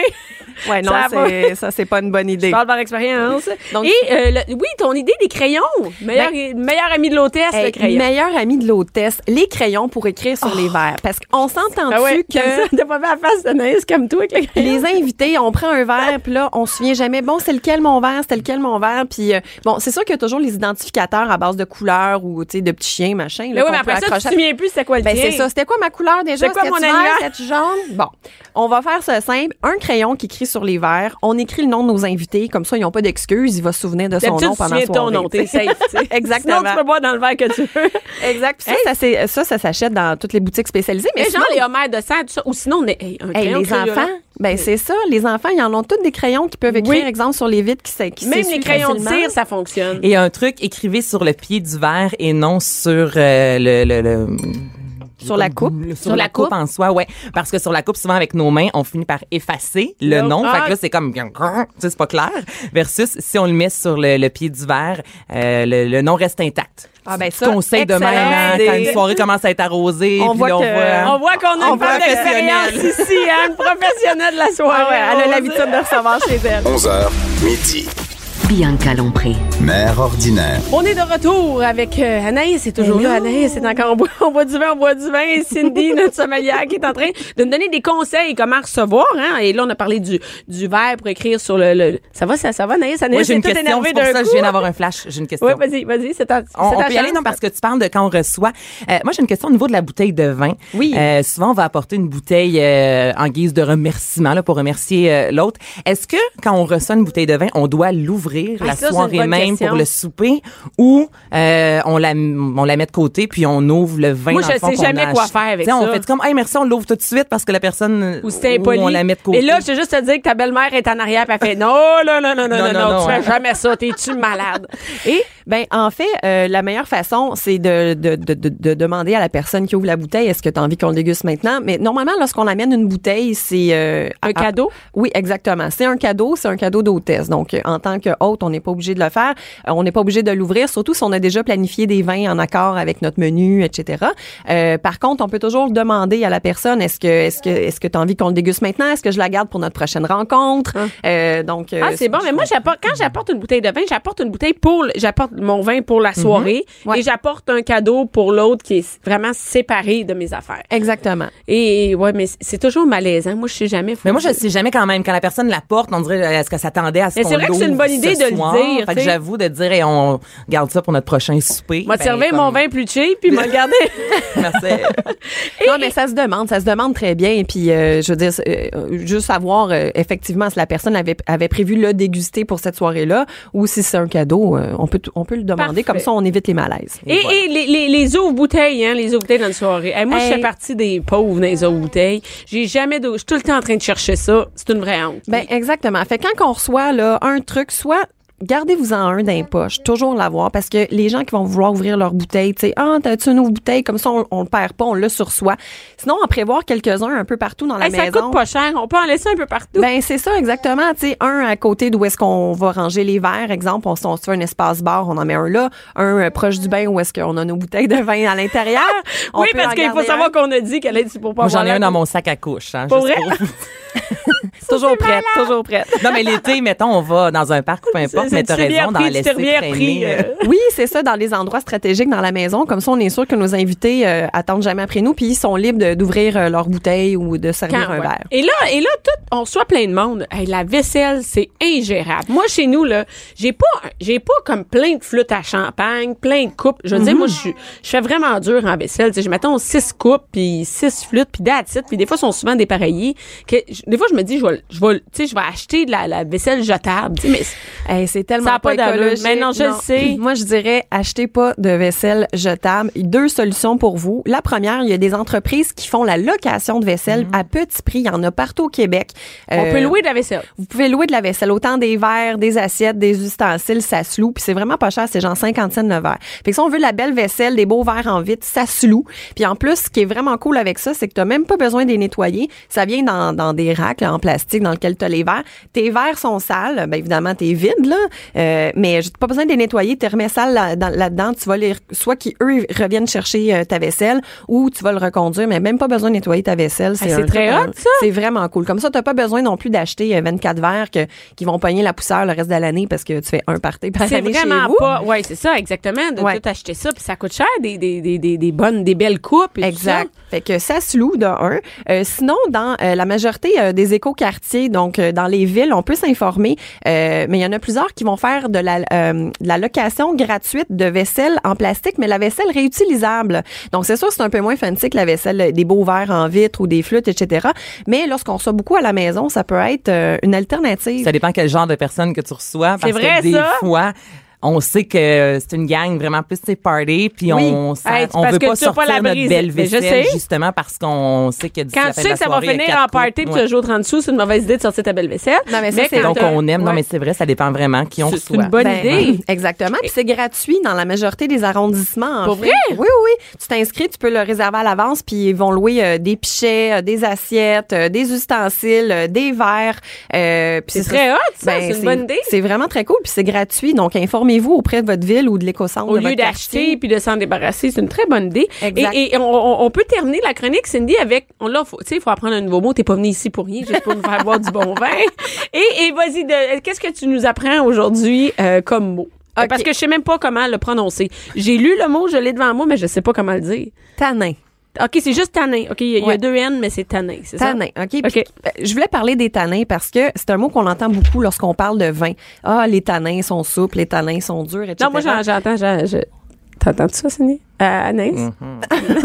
E: Ouais, non,
C: ça va.
E: c'est- ça, c'est pas une bonne idée.
C: je parle par expérience.
E: Donc- Ben,
C: et euh, le- oui ton idée des crayons meilleur meilleur ami de l'hôtesse le
E: Hey,
C: crayon.
E: meilleur ami de l'hôtesse, les crayons pour écrire sur les verres. Parce qu'on s'entend
C: Ah ouais,
E: que
C: comme ça, t'as pas vu la face d'Anaïs comme toi avec le crayon.
E: les invités, on prend un verre, puis là, on se souvient jamais, bon, c'est lequel mon verre, c'est lequel mon verre, puis euh, bon, c'est sûr qu'il y a toujours les identificateurs à base de couleurs ou, tu sais, de petits chiens, machin.
C: Mais
E: là,
C: Ben oui,
E: qu'on
C: mais
E: peut
C: après ça tu te
E: accrocher à-
C: souviens plus c'est quoi le
E: ben
C: tien.
E: c'est ça. C'était quoi ma couleur déjà?
C: C'est quoi
E: C'était-tu
C: mon
E: vert?
C: annuaire?
E: C'était-tu jaune? Bon, on va faire ça simple. Un crayon qui crie sur les verres. On écrit le nom de nos invités. Comme ça, ils n'ont pas d'excuses. Il va se souvenir de son
C: D'habitude,
E: nom
C: tu te
E: pendant
C: souviens
E: la
C: de ton
E: soirée.
C: nom, t'es safe. tu sais.
E: Exactement.
C: Sinon, tu peux boire dans le verre que tu veux.
E: Exact. Puis ça, ça, c'est- ça, ça s'achète dans toutes les boutiques spécialisées. Mais
C: Mais
E: sinon,
C: genre les homères de serre, tout ça. Ou sinon, on est hey, un
E: Hey,
C: crayon
E: les
C: Crayola.
E: enfants, ben c'est ça. Les enfants, ils en ont tous des crayons qui peuvent écrire,
C: Oui.
E: exemple, sur les vitres qui, s'é- qui
C: Même
E: s'essuient
C: les crayons de
E: facilement.
C: cire, ça fonctionne.
D: Et un truc, écrivez sur le pied du verre et non sur euh, le, le- le-
E: Sur la coupe.
D: Sur, la,
C: la
D: coupe.
C: coupe.
D: en soi, ouais. Parce que sur la coupe, souvent avec nos mains, on finit par effacer le
C: Non.
D: nom. Fait
C: Ah.
D: que là, c'est comme, tu sais, c'est pas clair. Versus si on le met sur le, le pied du verre, euh, le, le nom reste intact.
E: Ah, ben
D: Petit
E: ça,
D: Conseil de même, hein,
E: excellent
D: quand
E: idée.
D: une soirée commence à être arrosée,
E: On
D: puis
E: voit
D: là, on
E: que-
D: voit. hein.
C: On voit qu'on a
D: On
C: une femme
D: voit un
C: d'expérience
D: professionnel.
C: ici, hein, une professionnelle de la soirée.
E: Ah ouais, elle a
C: On va
E: l'habitude
C: dire.
E: de recevoir chez elle.
B: 11h, midi.
A: Bianca Lompré.
B: Mère ordinaire.
C: On est de retour avec euh, Anaïs, c'est toujours là. Anaïs, c'est encore on boit, on boit du vin, on boit du vin. Et Cindy, notre sommelière, qui est en train de nous donner des conseils comment recevoir. Hein? Et là, on a parlé du, du verre pour écrire sur le. le- Ça va, ça, ça va, Anaïs? Anaïs,
D: Moi, j'ai
C: est
D: une
C: toute
D: question.
C: énervée
D: C'est pour
C: d'un
D: ça que je
C: coup.
D: viens d'avoir un flash. J'ai une question.
C: Oui, vas-y, vas-y, c'est ta, c'est
D: On, on
C: ta
D: peut y aller,
C: chance.
D: non, parce que tu parles de quand on reçoit. Euh, moi, j'ai une question au niveau de la bouteille de vin.
E: Oui.
D: Euh, souvent, on va apporter une bouteille euh, en guise de remerciement là, pour remercier euh, l'autre. Est-ce que quand on reçoit une bouteille de vin, on doit l'ouvrir
C: Ah,
D: la
C: ça, c'est une
D: soirée
C: bonne
D: même
C: question.
D: pour le souper ou euh, on, la, on la met de côté puis on ouvre le vin
C: Moi,
D: dans
C: je
D: le fond
C: sais
D: qu'on a
C: jamais quoi
D: acheté?
C: faire avec
D: T'sais, On
C: ça.
D: fait comme, hey, merci, on l'ouvre tout de suite parce que la personne
C: Ou c'était
D: ou
C: impoli.
D: on la met de côté.
C: Et là, je vais juste te dire que ta belle-mère est en arrière et elle fait Non, non, non, non, non, non, non, tu
D: hein.
C: fais jamais ça, t'es-tu malade? Et
E: Ben, en fait, euh, la meilleure façon, c'est de, de, de, de- de demander à la personne qui ouvre la bouteille, est-ce que tu as envie qu'on le déguste maintenant? Mais normalement, lorsqu'on amène une bouteille, c'est... euh,
C: Un
E: à- à-
C: cadeau?
E: oui, exactement. C'est un cadeau, c'est un cadeau d'hôtesse. Donc, euh, en tant que hôte, on n'est pas obligé de le faire. Euh, on n'est pas obligé de l'ouvrir, surtout si on a déjà planifié des vins en accord avec notre menu, etc. Euh, par contre, on peut toujours demander à la personne, est-ce que est-ce que est-ce que tu as envie qu'on le déguste maintenant? Est-ce que je la garde pour notre prochaine rencontre? Euh, donc, euh,
C: Ah, c'est bon, mais moi, j'apporte, quand j'apporte une bouteille de vin, j'apporte une bouteille pour, le- j'apporte mon vin pour la soirée
E: Ouais.
C: et j'apporte un cadeau pour l'autre qui est vraiment séparé de mes affaires.
E: Exactement.
C: Et ouais, mais c'est toujours malaisant. Moi, je sais jamais.
D: Mais moi, je sais jamais quand même. Quand la personne la porte, on dirait, euh, est-ce qu'elle s'attendait à ce
C: Mais
D: qu'on
C: c'est vrai que c'est une bonne
D: l'ouvre
C: idée
D: ce
C: de le
D: soir?
C: dire,
D: Fait
C: tu
D: que
C: sais.
D: j'avoue de dire, hey, on garde ça pour notre prochain souper.
C: Moi,
D: Ben,
C: servez
D: comme-
C: mon vin plus cheap puis m'a regardé.
D: Merci.
E: non, mais ça se demande, ça se demande très bien. Et puis, euh, je veux dire, c'est, euh, juste savoir euh, effectivement si la personne avait, avait prévu le déguster pour cette soirée-là ou si c'est un cadeau, euh, on peut t- on peut le
C: Parfait.
E: demander. Comme ça, on évite les malaises.
C: Et, et les, les, les ouvres bouteilles, hein, les ouvres bouteilles dans une soirée. Hey, moi, je
E: Hey.
C: fais partie des pauvres dans les ouvres bouteilles. J'ai jamais de, je suis tout le temps en train de chercher ça. C'est une vraie honte.
E: Ben exactement. Fait que quand on reçoit là un truc, soit Gardez-vous-en un d'un poche, toujours l'avoir, parce que les gens qui vont vouloir ouvrir leur bouteille, tu sais, ah, t'as-tu une autre bouteille? Comme ça, on, on le perd pas, on l'a sur soi. Sinon, en prévoir quelques-uns un peu partout dans la
C: Hey, ça
E: maison.
C: coûte pas cher. On peut en laisser un peu partout.
E: Ben c'est ça exactement, tu sais, un à côté d'où est-ce qu'on va ranger les verres, exemple, on, on se fait un espace bar, on en met un là, un euh, proche du bain où est-ce qu'on a nos bouteilles de vin à l'intérieur. On
C: oui,
E: peut en
C: parce qu'il faut
E: garder
C: savoir
E: un.
C: qu'on a dit qu'elle est pour pas
D: Moi, j'en ai
C: avoir
D: un
C: l'air
D: dans mon sac à couche. Hein,
C: Pour
D: juste
C: vrai?
E: toujours prête, toujours prête.
D: non, mais l'été, mettons, on va dans un parc, peu importe, mais t'as
C: tu t'es bien
D: raison d'en
C: pris, tu
D: laisser
C: t'es bien
D: traîner.
C: pris,
D: euh,
C: euh.
E: Oui, c'est ça, dans les endroits stratégiques dans la maison. Comme ça, on est sûr que nos invités euh, attendent jamais après nous, puis ils sont libres de- d'ouvrir euh, leur bouteille ou de servir
C: Quand,
E: un
C: ouais.
E: verre.
C: Et là, et là, tout, on reçoit plein de monde. Hey, la vaisselle, c'est ingérable. Moi, chez nous, là, j'ai pas, j'ai pas comme plein de flûtes à champagne, plein de coupes. Je veux dire, moi, je suis- je fais vraiment dur en vaisselle. Tu sais, je mettons six coupes, puis six flûtes, puis that's it. Puis des fois, ils sont souvent dépareillés. Que, je- des fois, je me dis, je vais, je vais, tu sais, je vais acheter de la, la vaisselle jetable. Tu sais, mais
E: Hey, c'est tellement
C: Ça a
E: pas,
C: pas d'allure.
E: écologique.
C: Mais non, je le sais.
E: Moi, je dirais, achetez pas de vaisselle jetable. Deux solutions pour vous. La première, il y a des entreprises qui font la location de vaisselle à petit prix. Il y en a partout au Québec.
C: Mm. on
E: Euh,
C: peut louer de la vaisselle.
E: Vous pouvez louer de la vaisselle, autant des verres, des assiettes, des ustensiles, ça se loue. Puis c'est vraiment pas cher, c'est genre 50 cents le verre. Fait que si on veut de la belle vaisselle, des beaux verres en vitre, ça se loue. Puis en plus, ce qui est vraiment cool avec ça, c'est que t'as même pas besoin de les nettoyer. Ça vient dans, dans des racks là, en plastique dans lequel t'as les verres. Tes verres sont sales, bien évidemment t'es vide là, euh, mais j'ai pas besoin de les nettoyer. T'es remets sales là- dans- là-dedans, tu vas les, soit qui eux reviennent chercher euh, ta vaisselle ou tu vas le reconduire, mais même pas besoin de nettoyer ta vaisselle.
C: Ah, c'est
E: un
C: très
E: truc,
C: hot,
E: euh,
C: ça.
E: c'est vraiment cool. Comme ça, t'as pas besoin non plus d'acheter euh, 24 verres que, qui vont pogner la poussière le reste de l'année parce que tu fais un party par
C: C'est
E: année chez
C: vraiment
E: vous.
C: pas. Oui, c'est ça, exactement. De
E: Ouais.
C: tout acheter ça, puis ça coûte cher, des, des, des, des, des bonnes, des belles coupes. et tout
E: Exact.
C: ça.
E: Fait que ça se loue de un. Euh, sinon, dans euh, la majorité euh, des écoquartiers, donc euh, dans les villes, on peut s'informer, euh, mais il y en a plusieurs York qui vont faire de la, euh, de la location gratuite de vaisselle en plastique, mais la vaisselle réutilisable. Donc, c'est sûr, c'est un peu moins fancy que la vaisselle euh, des beaux verres en vitre ou des flûtes, etc. Mais lorsqu'on reçoit beaucoup à la maison, ça peut être euh, une alternative.
D: Ça dépend quel genre de personne que tu reçois.
C: C'est
D: Parce
C: vrai,
D: que des
C: ça?
D: fois, on sait que euh, c'est une gang vraiment plus c'est party, puis
C: Oui.
D: on ça-
C: Hey,
D: on
C: parce
D: veut
C: que
D: pas
C: tu veux
D: sortir
C: pas la
D: notre
C: briser.
D: belle
C: Mais je
D: vaisselle
C: sais.
D: justement parce qu'on sait que d'ici
C: Quand
D: la
C: tu sais
D: fin de
C: que
D: la
C: ça va
D: soirée, il y a
C: finir
D: quatre
C: en party
D: coupes.
C: puis
D: Ouais.
C: tu joues au 30 sous, c'est une mauvaise idée de sortir ta belle vaisselle.
E: Non, mais ça, c'est-
C: quand
D: Donc
C: t'as-
D: on aime. Non
E: Ouais.
D: mais c'est vrai, ça dépend vraiment qui on
C: C'est-
D: reçoit.
C: c'est une bonne
E: Ben,
C: idée.
E: Exactement. Puis c'est gratuit dans la majorité des arrondissements. en
C: Pour
E: fait.
C: vrai?
E: Oui, oui, oui. Tu t'inscris, tu peux le réserver à l'avance, puis ils vont louer euh, des pichets, euh, des assiettes, euh, des ustensiles, euh, des verres. euh, puis
C: C'est très hot, ça. C'est une bonne idée.
E: C'est vraiment très cool, puis c'est gratuit. Donc, informez-vous auprès de votre ville ou de l'éco-centre.
C: Au
E: de
C: lieu
E: votre
C: d'acheter
E: quartier.
C: puis de s'en débarrasser, c'est une très bonne idée.
E: Exact.
C: Et, et on- on, on peut terminer la chronique, Cindy, avec. On, là, faut- tu sais, il faut apprendre un nouveau mot. T'es pas venu ici pour rien, juste pour nous faire boire du bon vin. Et, et vas-y, de- qu'est-ce que tu nous apprends aujourd'hui euh, comme mot?
E: Ok.
C: Parce que je sais même pas comment le prononcer. J'ai lu le mot, je l'ai devant moi, mais je sais pas comment le dire.
E: Tanin.
C: OK, c'est juste tanin. OK, il y, a- il y
E: Ouais.
C: a deux N, mais c'est tanin, c'est ça?
E: Tanin, OK. Puis,
C: OK.
E: euh, je voulais parler des tanins parce que c'est un mot qu'on entend beaucoup lorsqu'on parle de vin. Ah, les tanins sont souples, les tanins sont durs, etc.
C: Non, moi, j'en- j'entends. j'en- je- T'entends-tu ça, Cindy? Euh, Anaïs?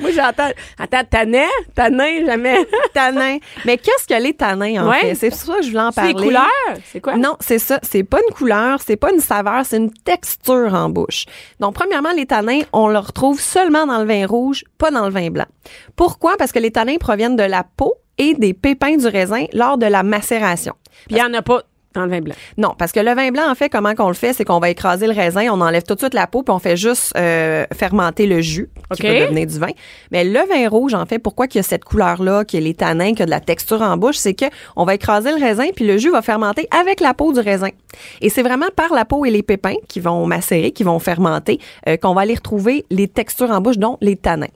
C: moi, j'entends. Attends, tanin? Tanin, jamais.
E: tanins. Mais qu'est-ce que les tanins, en
C: Ouais.
E: fait? C'est pour ça que je voulais en
C: C'est
E: parler.
C: les couleurs? C'est quoi?
E: Non, c'est ça. C'est pas une couleur, c'est pas une saveur, c'est une texture en bouche. Donc, premièrement, les tanins, on le retrouve seulement dans le vin rouge, pas dans le vin blanc. Pourquoi? Parce que les tanins proviennent de la peau et des pépins du raisin lors de la macération.
C: Puis il n'y en a pas dans le vin blanc.
E: Non, parce que le vin blanc, en fait, comment qu'on le fait, c'est qu'on va écraser le raisin, on enlève tout de suite la peau, puis on fait juste euh, fermenter le jus qui
C: OK.
E: peut devenir du vin. Mais le vin rouge, en fait, pourquoi qu'il y a cette couleur-là, qu'il y a les tanins, qu'il y a de la texture en bouche, c'est que on va écraser le raisin, puis le jus va fermenter avec la peau du raisin. Et c'est vraiment par la peau et les pépins qui vont macérer, qui vont fermenter, euh, qu'on va aller retrouver les textures en bouche, dont les tanins.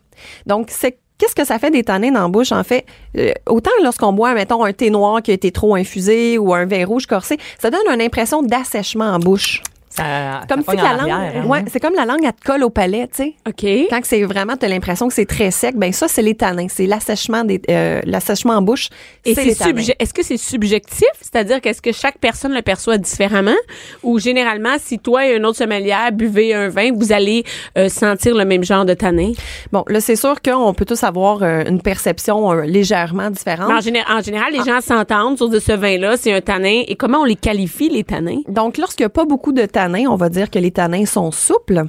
E: Donc, c'est Qu'est-ce que ça fait des tanins dans la bouche? En fait, Euh, autant lorsqu'on boit, mettons, un thé noir qui a été trop infusé ou un vin rouge corsé, ça donne une impression d'assèchement en bouche.
D: Ça,
E: Comme
D: Ah, ça pogne
E: si la
D: en
E: langue,
D: arrière, hein.
E: ouais, c'est comme la langue, elle te colle au palais, tu sais.
C: OK.
E: Quand que c'est vraiment, t'as l'impression que c'est très sec, ben ça, c'est les tanins. C'est l'assèchement des, euh, l'assèchement en bouche.
C: Et
E: les
C: c'est
E: tanins.
C: subje- est-ce que c'est subjectif? C'est-à-dire qu'est-ce que chaque personne le perçoit différemment? Ou généralement, si toi et un autre sommelier buvez un vin, vous allez euh, sentir le même genre de tanin?
E: Bon, là, c'est sûr qu'on peut tous avoir euh, une perception euh, légèrement différente.
C: Mais en, géné- en général,
E: Ah.
C: les gens s'entendent sur de ce vin-là, c'est un tanin. Et comment on les qualifie, les tanins?
E: Donc, lorsqu'il n'y a pas beaucoup de tanins, on va dire que les tanins sont souples.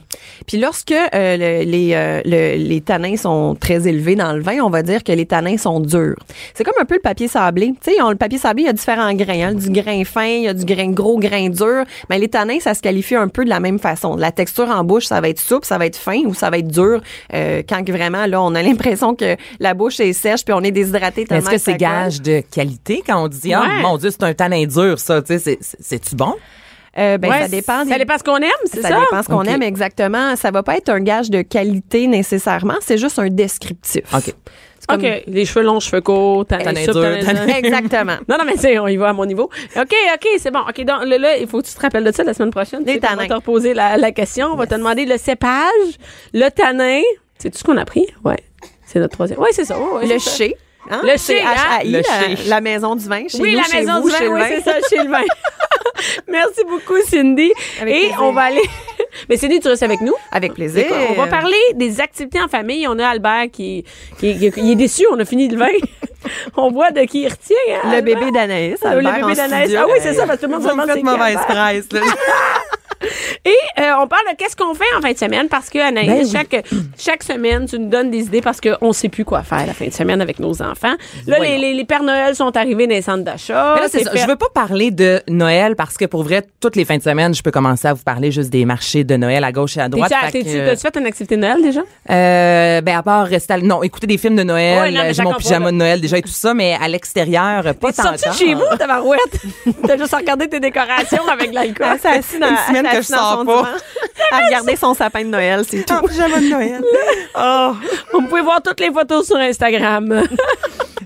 E: Puis lorsque euh, le- les, euh, le- les tanins sont très élevés dans le vin, on va dire que les tanins sont durs. C'est comme un peu le papier sablé. Tu sais, on- le papier sablé, il y a différents grains. hein. Du grain fin, il y a du grain gros, grain dur. Mais les tanins, ça se qualifie un peu de la même façon. La texture en bouche, ça va être souple, ça va être fin ou ça va être dur. euh, quand que vraiment, là, on a l'impression que la bouche est sèche puis on est déshydraté
D: Mais
E: tellement
D: Est-ce que c'est
E: ça colle.
D: gage de qualité quand on dit ah
C: Ouais.
D: mon dieu c'est un tanin dur ça tu sais c'est- c'est- c'est-tu bon
E: Euh, ben,
C: Ouais,
E: ça dépend des
C: Ça dépend ce qu'on aime, c'est ça?
E: Ça dépend ce qu'on
D: Ok.
E: aime exactement. Ça va pas être un gage de qualité nécessairement. C'est juste un descriptif.
D: Ok.
E: C'est comme- Eh,
C: OK. Les cheveux longs, cheveux courts, tanin,
D: Tanin
C: soupe,
D: dur,
C: tanin-
D: tanin-
E: Exactement.
C: Non, non, mais c'est, on y va à mon niveau. OK, OK, c'est bon. OK, donc là, là, il faut que tu te rappelles de ça la semaine prochaine.
E: Les
C: Tu sais, On va
E: tanins.
C: te reposer la, la question. On va te demander le cépage, le tanin. C'est tout ce qu'on a pris? Ouais. C'est notre troisième. Ouais, c'est ça. Ouais, ouais,
E: Le
C: c'est ça.
E: chez. hein?
C: Le chez, hein?
E: C-H-A-I,
D: Le
E: la,
D: chez.
E: la maison du vin. Chez
C: oui,
E: nous,
C: la
E: chez
C: maison
E: vous,
C: du
E: chez
C: vin, oui,
E: le vin.
C: c'est ça, chez le vin. Merci beaucoup, Cindy.
E: Avec
C: Et
E: plaisir.
C: on va aller. Mais Cindy, tu restes avec nous?
E: Avec plaisir.
C: Écoute, On va parler des activités en famille. On a Albert qui, qui, qui- qui est déçu. On a fini le vin. on voit de qui il retient. hein,
E: Le
C: Albert?
E: bébé d'Anaïs.
C: Le
E: Albert,
C: bébé
E: en
C: d'Anaïs.
E: studio.
C: Ah oui, c'est ça, parce que tout le monde se
D: Vous me
C: demande
D: faites
C: c'est qui,
D: mauvaise
C: Albert.
D: presse là.
C: Et euh, on parle de qu'est-ce qu'on fait en fin de semaine parce que Anaïs, chaque, chaque semaine, tu nous donnes des idées parce qu'on ne sait plus quoi faire la fin de semaine avec nos enfants. Là, les, les, les Pères Noël sont arrivés dans les centres d'achat.
D: Mais là, c'est ça.
C: fait.
D: Je veux pas parler de Noël parce que pour vrai, toutes les fins de semaine, je peux commencer à vous parler juste des marchés de Noël à gauche et à droite.
C: T'es-tu-
D: Fait que,
C: t'es-tu- T'as-tu fait une activité de Noël déjà?
D: euh, ben à part rester à l- non, écouter des films de Noël, euh,
C: Ouais, non, mais
D: j'ai mon
C: j'accorde
D: pyjama
C: pas,
D: de Noël déjà et tout ça, mais à l'extérieur, pas
C: T'es
D: tant.
C: sorti de
D: tant.
C: chez vous, ta barouette? T'as juste regardé tes décorations avec l'alcool.
E: Elle s'est assise dans,
D: Une semaine
E: elle s'est
D: que je
E: assise dans
D: sors
E: son
D: pas.
E: divan, à regarder son sapin de Noël, c'est tout.
D: pyjama de Noël.
C: Ah, Vous pouvez voir toutes les photos sur Instagram.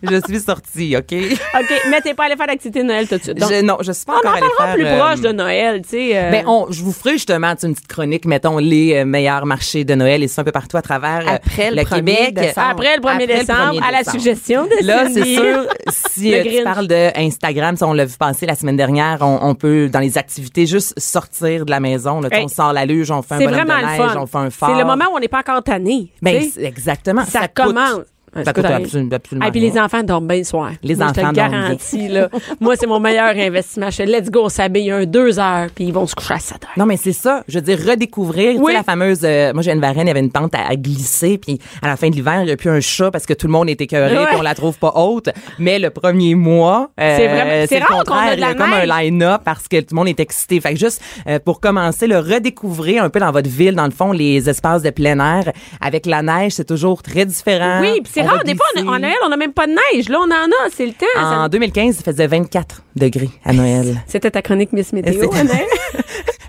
D: je suis sortie, OK?
C: OK, mais t'es pas allé faire l'activité de Noël tout de suite. Donc,
D: Je- non, je suis pas
C: on en
D: encore allée
C: parlera
D: faire,
C: plus
D: euh,
C: proche de Noël, tu sais. euh,
D: Ben, on, je vous ferai justement tu sais, une petite chronique, mettons, les euh, meilleurs marchés de Noël et ça un peu partout à travers euh,
E: Après le
D: le
E: 1er
D: Québec.
E: décembre.
C: euh, après le 1er
D: Après le
C: décembre,
D: 1er
C: à la
D: décembre.
C: suggestion de
D: Là, c'est
C: Cindy.
D: sûr, si
C: Le
D: euh, tu
C: Grinch.
D: parles de Instagram, si on l'a vu passer la semaine dernière, on, on peut, dans les activités, juste sortir de la maison. Là, tu sais,
C: Hey.
D: on sort la luge, on fait un
C: C'est
D: bonhomme de
C: vraiment le
D: neige,
C: fun.
D: on fait un fort.
C: C'est le moment où on n'est pas encore tanné.
D: Ben,
C: tu sais.
D: c'est- exactement.
C: ça,
D: coûte.
C: commence. Ouais,
D: Ça coûte
C: rien.
D: absolument, absolument
C: Ah, puis
D: rien.
C: les enfants dorment bien le soir.
D: Les
C: Moi,
D: enfants
C: je te
D: dorment
C: le garantis, là. Moi, c'est mon meilleur investissement. Je fais let's go, on s'habille un deux heures, puis ils vont se coucher à 7 heures.
D: Non, mais c'est ça. Je veux dire, redécouvrir. Tu
C: Oui.
D: sais, la fameuse. euh, moi, j'ai une varenne, il y avait une tente à, à glisser, puis à la fin de l'hiver, il n'y a plus un chat parce que tout le monde est écœuré,
C: Ouais.
D: puis on la trouve pas haute. Mais le premier mois, euh,
C: C'est vraiment- c'est
D: le
C: rare qu'on a de la
D: contraire. Il y a comme un
C: neige.
D: line-up parce que tout le monde est excité. Fait que juste euh, pour commencer, le redécouvrir un peu dans votre ville, dans le fond, les espaces de plein air avec la neige, c'est toujours très différent.
C: Oui, puis c'est
D: hein, On va
C: rare. Des fois, on-
D: glisser.
C: en Noël, on n'a même pas de neige. Là, on en a. C'est le temps.
D: En
C: Ça-
D: 2015, il faisait 24 degrés à Noël.
C: C'était ta chronique Miss Météo.
D: C'était-
C: Annelle.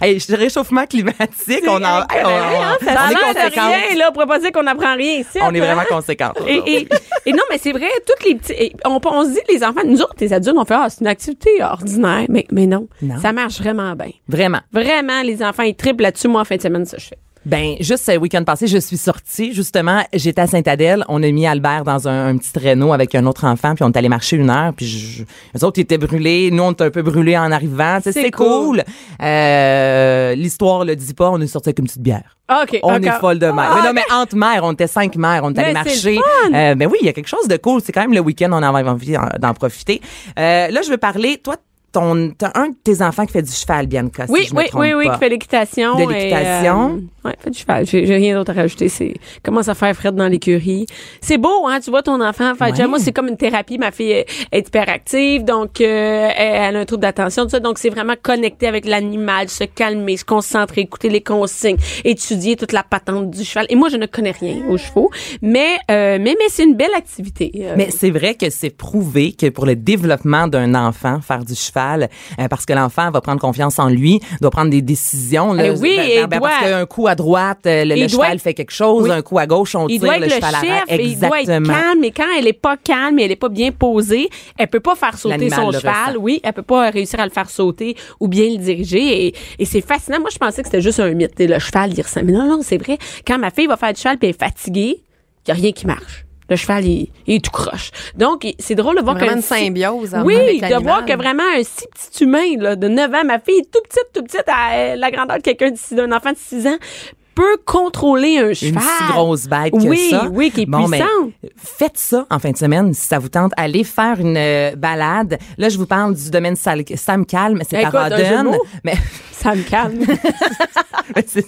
D: hey, je- réchauffement climatique, on en, hey, on, on-
C: Ah, hein, Ça
D: on
C: a
D: est
C: l'air de
D: conséquents.
C: rien, là. On pourrait pas dire qu'on apprend rien ici.
D: On est
C: hein?
D: vraiment conséquents.
C: Et, et- et non, mais c'est vrai, toutes les petits. et on, on se dit, les enfants, nous autres, les adultes, on fait, ah, c'est une activité ordinaire. Mais, mais non,
D: Non.
C: ça marche vraiment bien.
D: Vraiment.
C: Vraiment, les enfants, ils triplent là-dessus. Moi, en fin de semaine, ça, je fais.
D: Ben, juste ce week-end passé, je suis sortie. Justement, j'étais à Sainte-Adèle. On a mis Albert dans un, un petit traîneau avec un autre enfant, puis on est allé marcher une heure. Puis je, les autres ils étaient brûlés. Nous, on était un peu brûlés en arrivant. Tu sais,
C: C'est
D: C'est cool. Euh, L'histoire le dit pas. On est sorti avec une petite bière.
C: OK.
D: On
C: encore.
D: est folle de mère.
C: Ah,
D: mais non, mais entre mères, on était cinq mères, on est allé
C: Mais c'est
D: marcher.
C: le
D: Euh, ben oui, il y a quelque chose de cool. C'est quand même le week-end, on avait envie d'en- d'en profiter. Euh, là, je veux parler. Toi, ton, t'as un de tes enfants qui fait du cheval, Bianca. si
C: Oui,
D: je me
C: oui,
D: trompe
C: oui, oui,
D: pas.
C: qui fait l'équitation.
D: De
C: et,
D: l'équitation.
C: euh, ouais, fait du cheval. J'ai j'ai rien d'autre à rajouter. C'est commence à faire Fred dans l'écurie. C'est beau, hein, tu vois ton enfant. Fait,
D: Ouais.
C: Moi, c'est comme une thérapie. Ma fille est- est hyperactive, donc euh, elle a un trouble d'attention, tout ça. Donc, c'est vraiment connecter avec l'animal, se calmer, se concentrer, écouter les consignes, étudier toute la patente du cheval. Et moi, je ne connais rien aux chevaux, mais euh, mais mais c'est une belle activité. euh.
D: Mais c'est vrai que c'est prouvé que pour le développement d'un enfant, faire du cheval, euh, parce que l'enfant va prendre confiance en lui, doit prendre des décisions. Là,
C: Eh oui,
D: Ben,
C: et
D: ben,
C: il
D: parce
C: doit-
D: qu'un coup à droite, euh, le,
C: Il
D: le
C: doit
D: cheval
C: être-
D: fait quelque chose,
C: Oui.
D: un coup à gauche, on
C: il
D: tire
C: doit être
D: le
C: le,
D: cheval à
C: chef
D: l'arrière.
C: et il doit être
D: Exactement.
C: calme. Et quand elle est pas calme et elle est pas bien posée, elle peut pas faire sauter
D: L'animal
C: son
D: le
C: cheval.
D: ressent.
C: Oui, elle peut pas réussir à le faire sauter ou bien le diriger. Et, et c'est fascinant. Moi, je pensais que c'était juste un mythe. Et le cheval, il ressent. Mais non, non, c'est vrai. Quand ma fille va faire du cheval puis elle est fatiguée, il y a rien qui marche. Le cheval, il, il est tout croche. Donc, il- c'est drôle de voir
E: Vraiment
C: qu'un
E: une
C: petit-
E: symbiose, hein,
C: Oui,
E: avec
C: de voir
E: l'animal.
C: que vraiment un si petit humain là, de 9 ans, ma fille est tout petite, tout petite, à euh, la grandeur de quelqu'un d'ici- d'un enfant de 6 ans, peut contrôler un cheval.
D: Une si grosse bête que
C: oui,
D: ça.
C: Oui, qui est
D: Bon, ben,
C: puissante.
D: faites ça en fin de semaine si ça vous tente. Allez faire une euh, balade. Là, je vous parle du domaine Sal- Sam Calme. C'est
C: Écoute,
D: à
C: un jeu de
D: Rodden.
C: mots.
D: Mais,
C: Ça me calme.
D: mais c'est-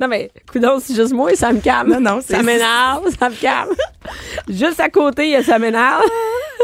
C: non, mais, coudonc, c'est juste moi, ça me calme.
D: Non, non, c'est-
C: Ça m'énerve, ça me calme. juste à côté, il y a ça m'énerve.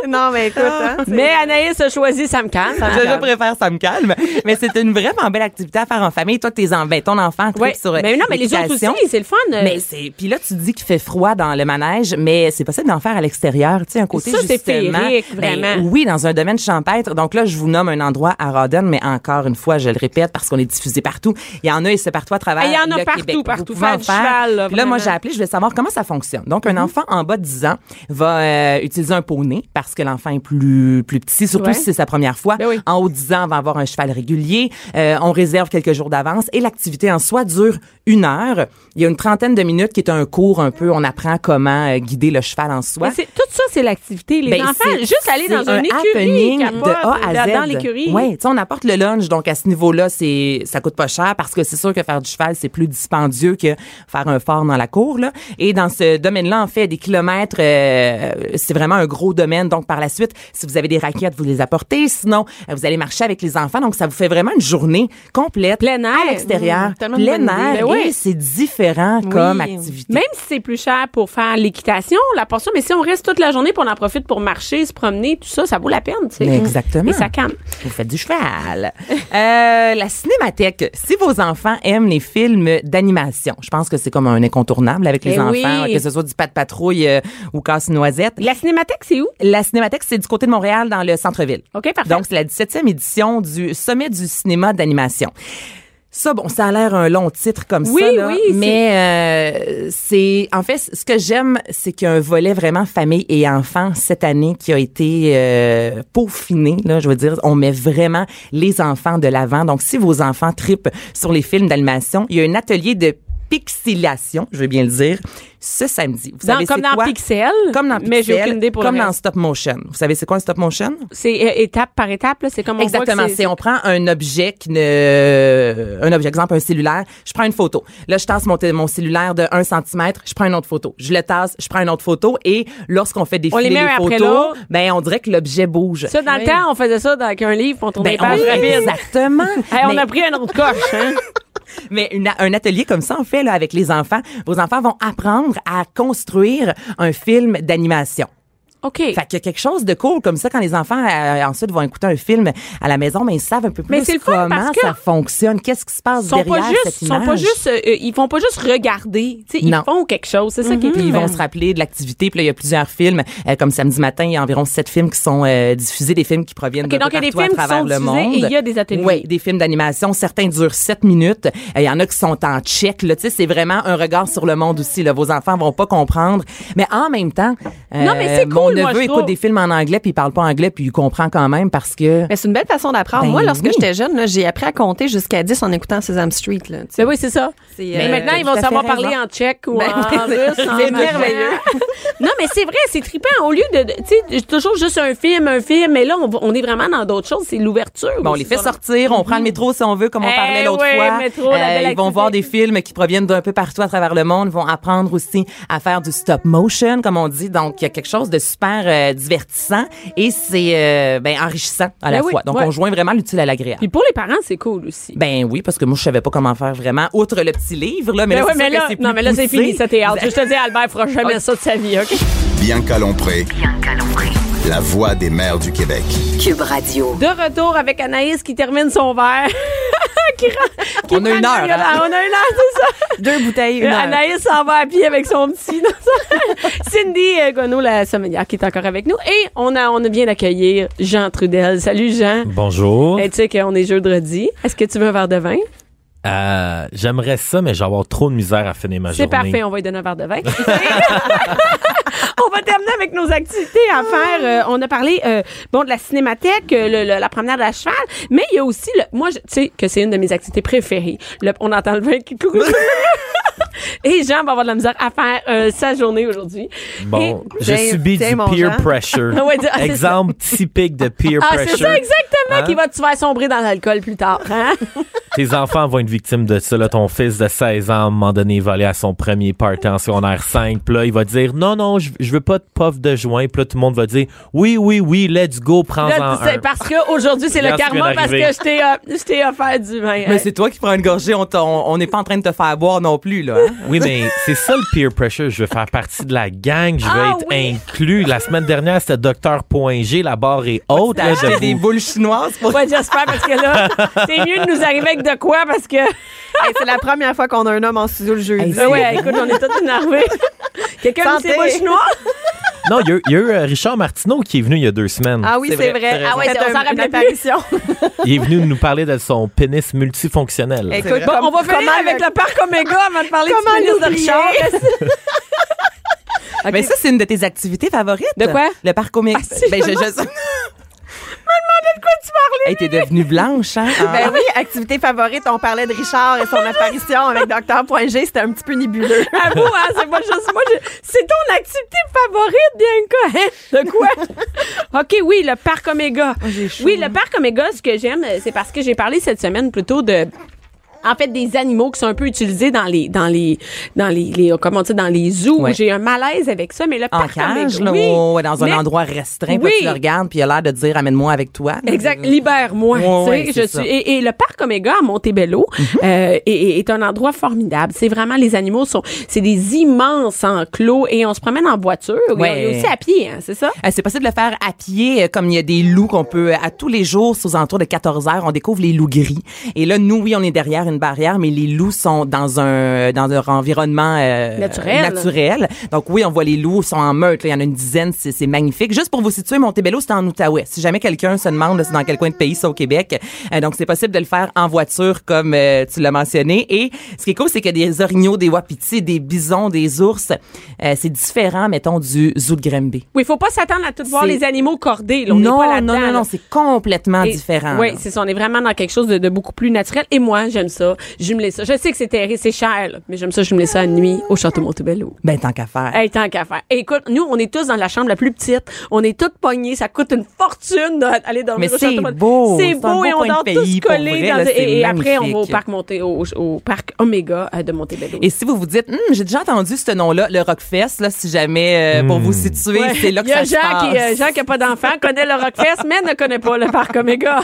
E: Non, mais écoute, hein, c'est-
C: mais Anaïs a choisi ça me calme.
D: Ah, Je, je préfère ça me calme, mais c'est une vraiment belle activité à faire en famille. Toi, tes en, ben, ton enfant tripe
C: Ouais.
D: sur
C: Mais non, mais les autres aussi,
D: l'équitation.
C: c'est le fun. euh,
D: Mais c'est puis là tu dis qu'il fait froid dans le manège, mais c'est possible d'en faire à l'extérieur, tu sais un côté
C: Ça, c'est
D: justement.
C: féerique,
D: ben,
C: vraiment.
D: oui, dans un domaine champêtre. Donc là, je vous nomme un endroit à Rodden, mais encore une fois, je le répète parce qu'on est diffusé partout. Il y en a et c'est partout à travers
C: Ah, il y en a
D: le
C: partout,
D: Québec. Vous
C: partout.
D: pouvez
C: Faire
D: en
C: du cheval, là,
D: Puis là, moi
C: vraiment.
D: j'ai appelé, je voulais savoir comment ça fonctionne. Donc
C: Mhm.
D: un enfant en bas de 10 ans va euh, utiliser un poney parce que l'enfant est plus plus petit, surtout
C: Ouais.
D: si c'est sa première fois.
C: Ben oui.
D: En haut de 10 ans, on va avoir un cheval régulier. Euh, on réserve quelques jours d'avance et l'activité en soi dure une heure. Il y a une trentaine de minutes qui est un cours un peu. On apprend comment euh, guider le cheval en soi.
C: mais c'est- tout ça, c'est l'activité. Les
D: Ben,
C: enfants,
D: c'est-
C: juste aller
D: c'est
C: dans une écurie,
D: happening
C: capote,
D: de A à Z.
C: dans l'écurie.
D: Ouais, tu sais, on apporte le lunch, donc à ce niveau-là, c'est ça coûte pas cher parce que c'est sûr que faire du cheval, c'est plus dispendieux que faire un fort dans la cour là. Et dans ce domaine-là, on fait des kilomètres. euh, c'est vraiment un gros domaine. Donc par la suite, si vous avez des raquettes, vous les apportez. Sinon, euh, vous allez marcher avec les enfants. Donc ça vous fait vraiment une journée complète
C: Plein air.
D: à l'extérieur,
E: Mmh, tellement une
D: plein
E: bonne
D: air.
E: idée.
C: Ben ouais.
D: Et c'est différent comme activité.
C: Même si c'est plus cher pour faire l'équitation, la portion, mais si on reste toute la journée pour on en profite pour marcher, se promener, tout ça, ça vaut la peine, tu sais.
D: Mais exactement.
C: Et ça calme.
D: Vous faites du cheval. Euh, la cinémathèque. Si vos enfants aiment les films d'animation, je pense que c'est comme un incontournable avec les
C: Eh
D: enfants,
C: oui.
D: hein, que ce soit du Pat Patrouille euh, ou Casse-Noisette.
C: La cinémathèque, c'est où?
D: La cinémathèque, c'est du côté de Montréal, dans le centre-ville.
C: OK, parfait.
D: Donc, c'est la 17e édition du Sommet du cinéma d'animation. Ça, bon, ça a l'air un long titre comme
C: Oui,
D: ça, là,
C: oui,
D: mais euh, c'est en fait ce que j'aime, c'est qu'il y a un volet vraiment famille et enfants cette année qui a été euh, peaufiné. Là, je veux dire, on met vraiment les enfants de l'avant. Donc, si vos enfants tripent sur les films d'animation, il y a un atelier de pixelation, je veux bien le dire, ce samedi. Vous
C: Dans-
D: savez
C: comme
D: c'est
C: dans
D: quoi?
C: Pixel,
D: comme dans
C: mais j'ai
D: Pixel,
C: aucune idée pour le
D: comme dans
C: reste.
D: stop motion. Vous savez c'est quoi un stop motion
C: C'est euh, étape par étape, là. C'est comme on voit que
D: Exactement.
C: c'est-
D: C'est on prend un objet qui ne, un objet, exemple un cellulaire. Je prends une photo. Là, je tasse mon, tél- mon cellulaire de 1 cm. Je prends une autre photo. Je le tasse. Je prends une autre photo. Et lorsqu'on fait défiler
C: les met un après
D: photos,
C: l'autre.
D: ben on dirait que l'objet bouge.
C: Ça, dans le temps, on faisait ça dans- avec un livre, puis on tournait
D: Ben,
C: les pages
D: on-
C: rapides.
D: exactement.
C: Hey, on
D: Mais-
C: a pris un autre coche, hein?
D: mais une- un atelier comme ça, en fait, là, avec les enfants, vos enfants vont apprendre à construire un film d'animation.
C: OK.
D: Fait qu'il y a quelque chose de cool comme ça quand les enfants euh, ensuite vont écouter un film à la maison, mais ils savent un peu
C: Mais
D: plus
C: c'est le fun
D: comment
C: parce que
D: ça fonctionne, qu'est-ce qui se passe
C: sont
D: derrière
C: pas juste,
D: cette
C: sont
D: image.
C: pas juste, euh, euh, ils vont pas juste regarder, tu sais, ils
D: Non.
C: font quelque chose, c'est ça qui est
D: Puis ils
C: trippant.
D: vont se rappeler de l'activité. Puis là, il y a plusieurs films. euh, comme samedi matin, il y a environ sept films qui sont euh, diffusés, des films qui proviennent d'un
C: donc
D: peu
C: il y a des
D: partout à
C: films qui
D: travers
C: sont
D: le
C: diffusés
D: monde.
C: et il y a des ateliers.
D: Oui, des films d'animation. Certains durent sept minutes. Euh, Il y en a qui sont en check. Là, tu sais, c'est vraiment un regard sur le monde aussi. Là, vos enfants vont pas comprendre. Mais en même temps, euh,
C: Non, mais c'est
D: mon
C: cool, moi,
D: neveu
C: je
D: écoute
C: trouve.
D: des films en anglais puis il parle pas anglais puis il comprend quand même parce que.
E: Mais c'est une belle façon d'apprendre.
D: Ben
E: Moi, lorsque
D: oui.
E: j'étais jeune, là, j'ai appris à compter jusqu'à 10 en écoutant Sesame Street. Là, tu sais.
C: Ben oui, c'est ça.
E: C'est,
C: Mais
E: euh,
C: maintenant, ils
D: t'as
C: vont
D: tout à fait
C: savoir
D: raison.
C: parler en tchèque ou
E: Ben,
C: en russe. en
E: c'est
C: allemand.
E: merveilleux.
C: non, mais c'est vrai, c'est trippant. Au lieu de, de- tu sais, toujours juste un film, un film, mais là, on, va- on est vraiment dans d'autres choses. C'est l'ouverture.
D: Bon, on
C: aussi,
D: les fait
C: sur la-
D: sortir, on prend le métro si on veut, comme on
C: Eh
D: parlait l'autre
C: oui,
D: fois. Euh,
C: le métro, la belle
D: ils vont
C: activité.
D: voir des films qui proviennent d'un peu partout à travers le monde, vont apprendre aussi à faire du stop motion, comme on dit. Donc, il y a quelque chose de super euh, divertissant et c'est euh, ben, enrichissant à la
C: Ben oui,
D: fois. Donc,
C: ouais.
D: on joint vraiment l'utile à l'agréable.
C: Puis pour les parents, c'est cool aussi.
D: Ben oui, parce que moi, je savais pas comment faire vraiment, outre le petit livre, là. Mais,
C: Ben
D: là,
C: ouais,
D: c'est
C: mais
D: sûr que
C: là,
D: c'est plus
C: non, mais là, c'est
D: poussé.
C: fini, ça t'es out. Je te dis, Albert fera jamais ça de sa vie, OK?
B: Bianca Lompré,
A: Bianca Lompré.
B: la voix des mères du Québec.
A: Cube Radio.
C: De retour avec Anaïs qui termine son verre. qui rend- qui
D: On a
C: prend
D: une heure,
C: le violon.
D: hein?
C: On a une heure, c'est ça.
E: Deux bouteilles, une
C: Euh,
E: heure.
C: Anaïs s'en va à pied avec son petit. dans sa- Cindy euh, Gonneau, la sommelière, qui est encore avec nous. Et on, a, on vient d'accueillir Jean Trudel. Salut, Jean.
F: Bonjour.
C: Eh, tu sais qu'on est jeudi. Est-ce que tu veux un verre de vin?
F: Euh, J'aimerais ça, mais je vais avoir trop de misère à finir ma
C: C'est
F: journée.
C: parfait, on va lui donner un verre de vin. on va terminer avec nos activités à faire. Euh, on a parlé euh, bon de la cinémathèque, euh, le- le- la promenade à cheval, mais il y a aussi le moi je- tu sais que c'est une de mes activités préférées. Le- on entend le vin qui coule. Et Jean va avoir de la misère à faire euh, sa journée aujourd'hui.
F: Bon,
C: Et-
F: je
E: Tiens-
F: subis
E: tiens,
F: du
E: mon
F: peer
E: Jean.
F: pressure.
C: Ouais, ah, c'est
F: Exemple typique de peer
C: Ah,
F: pressure.
C: c'est ça exactement
F: Hein?
C: qui va te faire sombrer dans l'alcool plus tard. Hein?
F: Tes enfants vont être victimes de ça. Là, ton fils de 16 ans, à un moment donné, va aller à son premier party en secondaire 5. Puis là, il va dire Non, non, je, je veux pas de puff de joint. Puis là, tout le monde va dire Oui, oui, oui, let's go, prends-en
C: Là,
F: un.
C: c'est parce qu'aujourd'hui, c'est le
F: Regarde ce qui
C: karma
F: vient
C: parce que
F: d'arriver.
C: je t'ai, euh, je t'ai offert du vin. hein.
D: Mais c'est toi qui prends une gorgée, on t'en- on n'est pas en train de te faire boire non plus, là. hein?
F: Oui, mais c'est ça le peer pressure. Je veux faire partie de la gang. Je veux
C: Ah
F: être
C: oui.
F: inclus. La semaine dernière, c'était Docteur.g. La barre est haute. là,
D: Acheter
F: de
D: des
F: vous-
D: boules chinoises pour
C: Ouais, j'espère parce que là, c'est mieux de nous arriver avec de quoi parce que.
E: Hey, c'est la première fois qu'on a un homme en studio le jeudi.
D: Hey,
C: Ben ouais, écoute, on est tous énervés. Quelqu'un
E: Santé.
C: c'est pas chinois?
F: Non, il y a eu- il y, a eu euh, Richard Martineau qui est venu il y a deux semaines.
E: ah oui,
D: C'est
E: c'est vrai.
D: vrai, t'as
E: Ah ouais,
C: raison.
E: c'est- on s'en
C: Une
E: rappelait plus.
C: apparition.
F: Il est venu nous parler de son pénis multifonctionnel.
E: Écoute,
C: Bon, on va
E: comment
C: finir avec le parc Omega avant de parler
E: Comment
C: du pénis de
E: l'oublier?
C: Richard.
D: Mais ça, c'est une de tes activités favorites.
C: De quoi?
D: Le parc Omega.
C: Ah, si,
D: ben,
C: je
D: je, je...
C: me
D: me demandais de quoi tu parlais. Hey, t'es devenue blanche, hein?
E: Ben oui, activité favorite, on parlait de Richard et son apparition avec Docteur.g, c'était un petit peu nébuleux.
C: Avoue, hein, c'est pas juste moi. je- C'est ton activité favorite, Bianca. Hein? De quoi? OK, oui, le parc Omega.
D: Oh,
C: oui, le parc Omega, ce que j'aime, euh, c'est parce que j'ai parlé cette semaine plutôt de en fait des animaux qui sont un peu utilisés dans les dans les dans les, les- comment dire dans les zoos
D: Ouais.
C: j'ai un malaise avec ça mais le
D: En
C: parc
D: cage,
C: Omega,
D: là,
C: oui,
D: au- dans un
C: mais-
D: endroit restreint, puis
C: Oui.
D: là, tu le regardes, puis il a l'air de te dire amène-moi avec toi.
C: Exact, libère-moi.
D: Ouais,
C: tu sais,
D: ouais,
C: je
D: c'est ça. Mhm.
C: suis- et, et le parc Omega à Montebello euh, est- est, est un endroit formidable. C'est vraiment les animaux sont, c'est des immenses enclos et on se promène en voiture. Et
D: Ouais.
C: on est aussi à pied, hein, c'est ça.
D: Euh, C'est possible de le faire à pied, euh, comme il y a des loups qu'on peut, euh, à tous les jours, sous alentours de 14 heures, on découvre les loups gris. Et là, nous, oui, on est derrière une une barrière, mais les loups sont dans un dans leur environnement euh,
C: Naturel.
D: naturel. Donc oui, on voit les loups sont en meute. là. Il y en a une dizaine, c'est c'est magnifique. Juste pour vous situer, Montebello, c'est en Outaouais. Si jamais quelqu'un se demande là, c'est dans quel coin de pays, c'est au Québec. Euh, donc c'est possible de le faire en voiture, comme euh, tu l'as mentionné. Et ce qui est cool, c'est que des orignaux, des wapitis, des bisons, des ours, euh, c'est différent, mettons, du zoo de Grimby.
C: Oui, faut pas s'attendre à tout voir
D: C'est-
C: les animaux cordés. là. On n'est
D: non,
C: pas là-dedans,
D: non, non,
C: là.
D: non, c'est complètement
C: Et-
D: différent.
C: Oui,
D: là.
C: c'est ça. On est vraiment dans quelque chose de, de beaucoup plus naturel. Et moi, j'aime ça. Jumeler ça. Je sais que c'est terrible, c'est cher, là, mais j'aime ça jumeler ça à nuit au Château Montebello.
D: Ben tant qu'à faire.
C: Hey, tant qu'à faire. Et écoute, nous, on est tous dans la chambre la plus petite. On est tous pognés. Ça coûte une fortune d'aller dormir
D: Mais
C: au Château
D: c'est
C: Mont-
D: beau.
C: C'est
D: C'est un
C: beau
D: beau
C: et on
D: coin de
C: dort tous
D: pays, pour
C: collés.
D: vrai,
C: dans-
D: là, c'est
C: et, et après, on va au
D: magnifique.
C: parc, Monté, au, au parc Oméga euh, de Montebello.
D: Et si vous vous dites, Hum, j'ai déjà entendu ce nom-là, le Rockfest, là, si jamais euh, pour vous situer,
C: Ouais.
D: c'est là que
C: Il y a
D: ça se
C: Jean qui,
D: passe.
C: euh, Jean qui a pas d'enfant connaît le Rockfest, mais ne connaît pas le parc Oméga.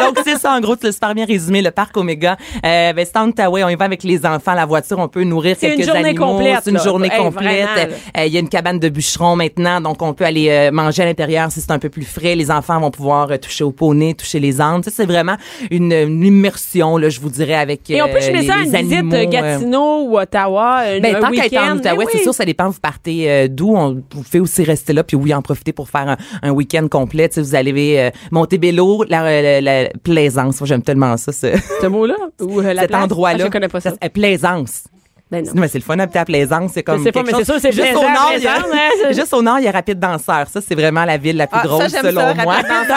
D: Donc c'est ça en gros, tu l'as super bien résumé le parc Omega. Euh, ben c'est en Outaouais, on y va avec les enfants, la voiture, on peut nourrir
C: C'est une
D: quelques
C: journée
D: animaux,
C: complète,
D: c'est une
C: là.
D: journée
C: Hey,
D: complète.
C: vraiment, là.
D: Euh, Il y a une cabane de bûcherons maintenant, donc on peut aller euh, manger à l'intérieur si c'est un peu plus frais. Les enfants vont pouvoir euh, toucher au poney, toucher les ânes. Tu sais, c'est vraiment une, une immersion là, je vous dirais avec
C: Et on peut
D: euh,
C: jumeler
D: les,
C: ça à une
D: les animaux,
C: visite euh,
D: euh,
C: Gatineau ou Ottawa. Une,
D: Ben,
C: un
D: tant qu'à être
C: week-end.
D: en
C: Mais
D: Outaouais, c'est
C: oui.
D: sûr, ça dépend, vous partez euh, d'où. On vous fait aussi rester là, puis oui, en profiter pour faire un, un week-end complet. Tu sais, vous allez euh, monter Bélo, la, la- la plaisance. Moi, j'aime tellement ça, ce-
C: Ce mot-là? Ou euh, la
D: cet
C: place?
D: endroit-là.
C: Ah, je connais pas ça.
D: Euh, plaisance.
C: Ben
D: Non,
C: non.
D: mais c'est le fun d'habiter à Plaisance. C'est comme
C: Je sais pas,
D: quelque
C: mais c'est
D: chose-
C: sûr, c'est
D: juste
C: plaisant,
D: au nord, il y a-
C: plaisant, hein, c'est-
D: juste au nord, il y a Rapide Danseur. Ça, c'est vraiment la ville la plus
E: Ah, ça,
D: grosse,
E: j'aime
D: selon
E: ça,
D: moi.
E: Rapide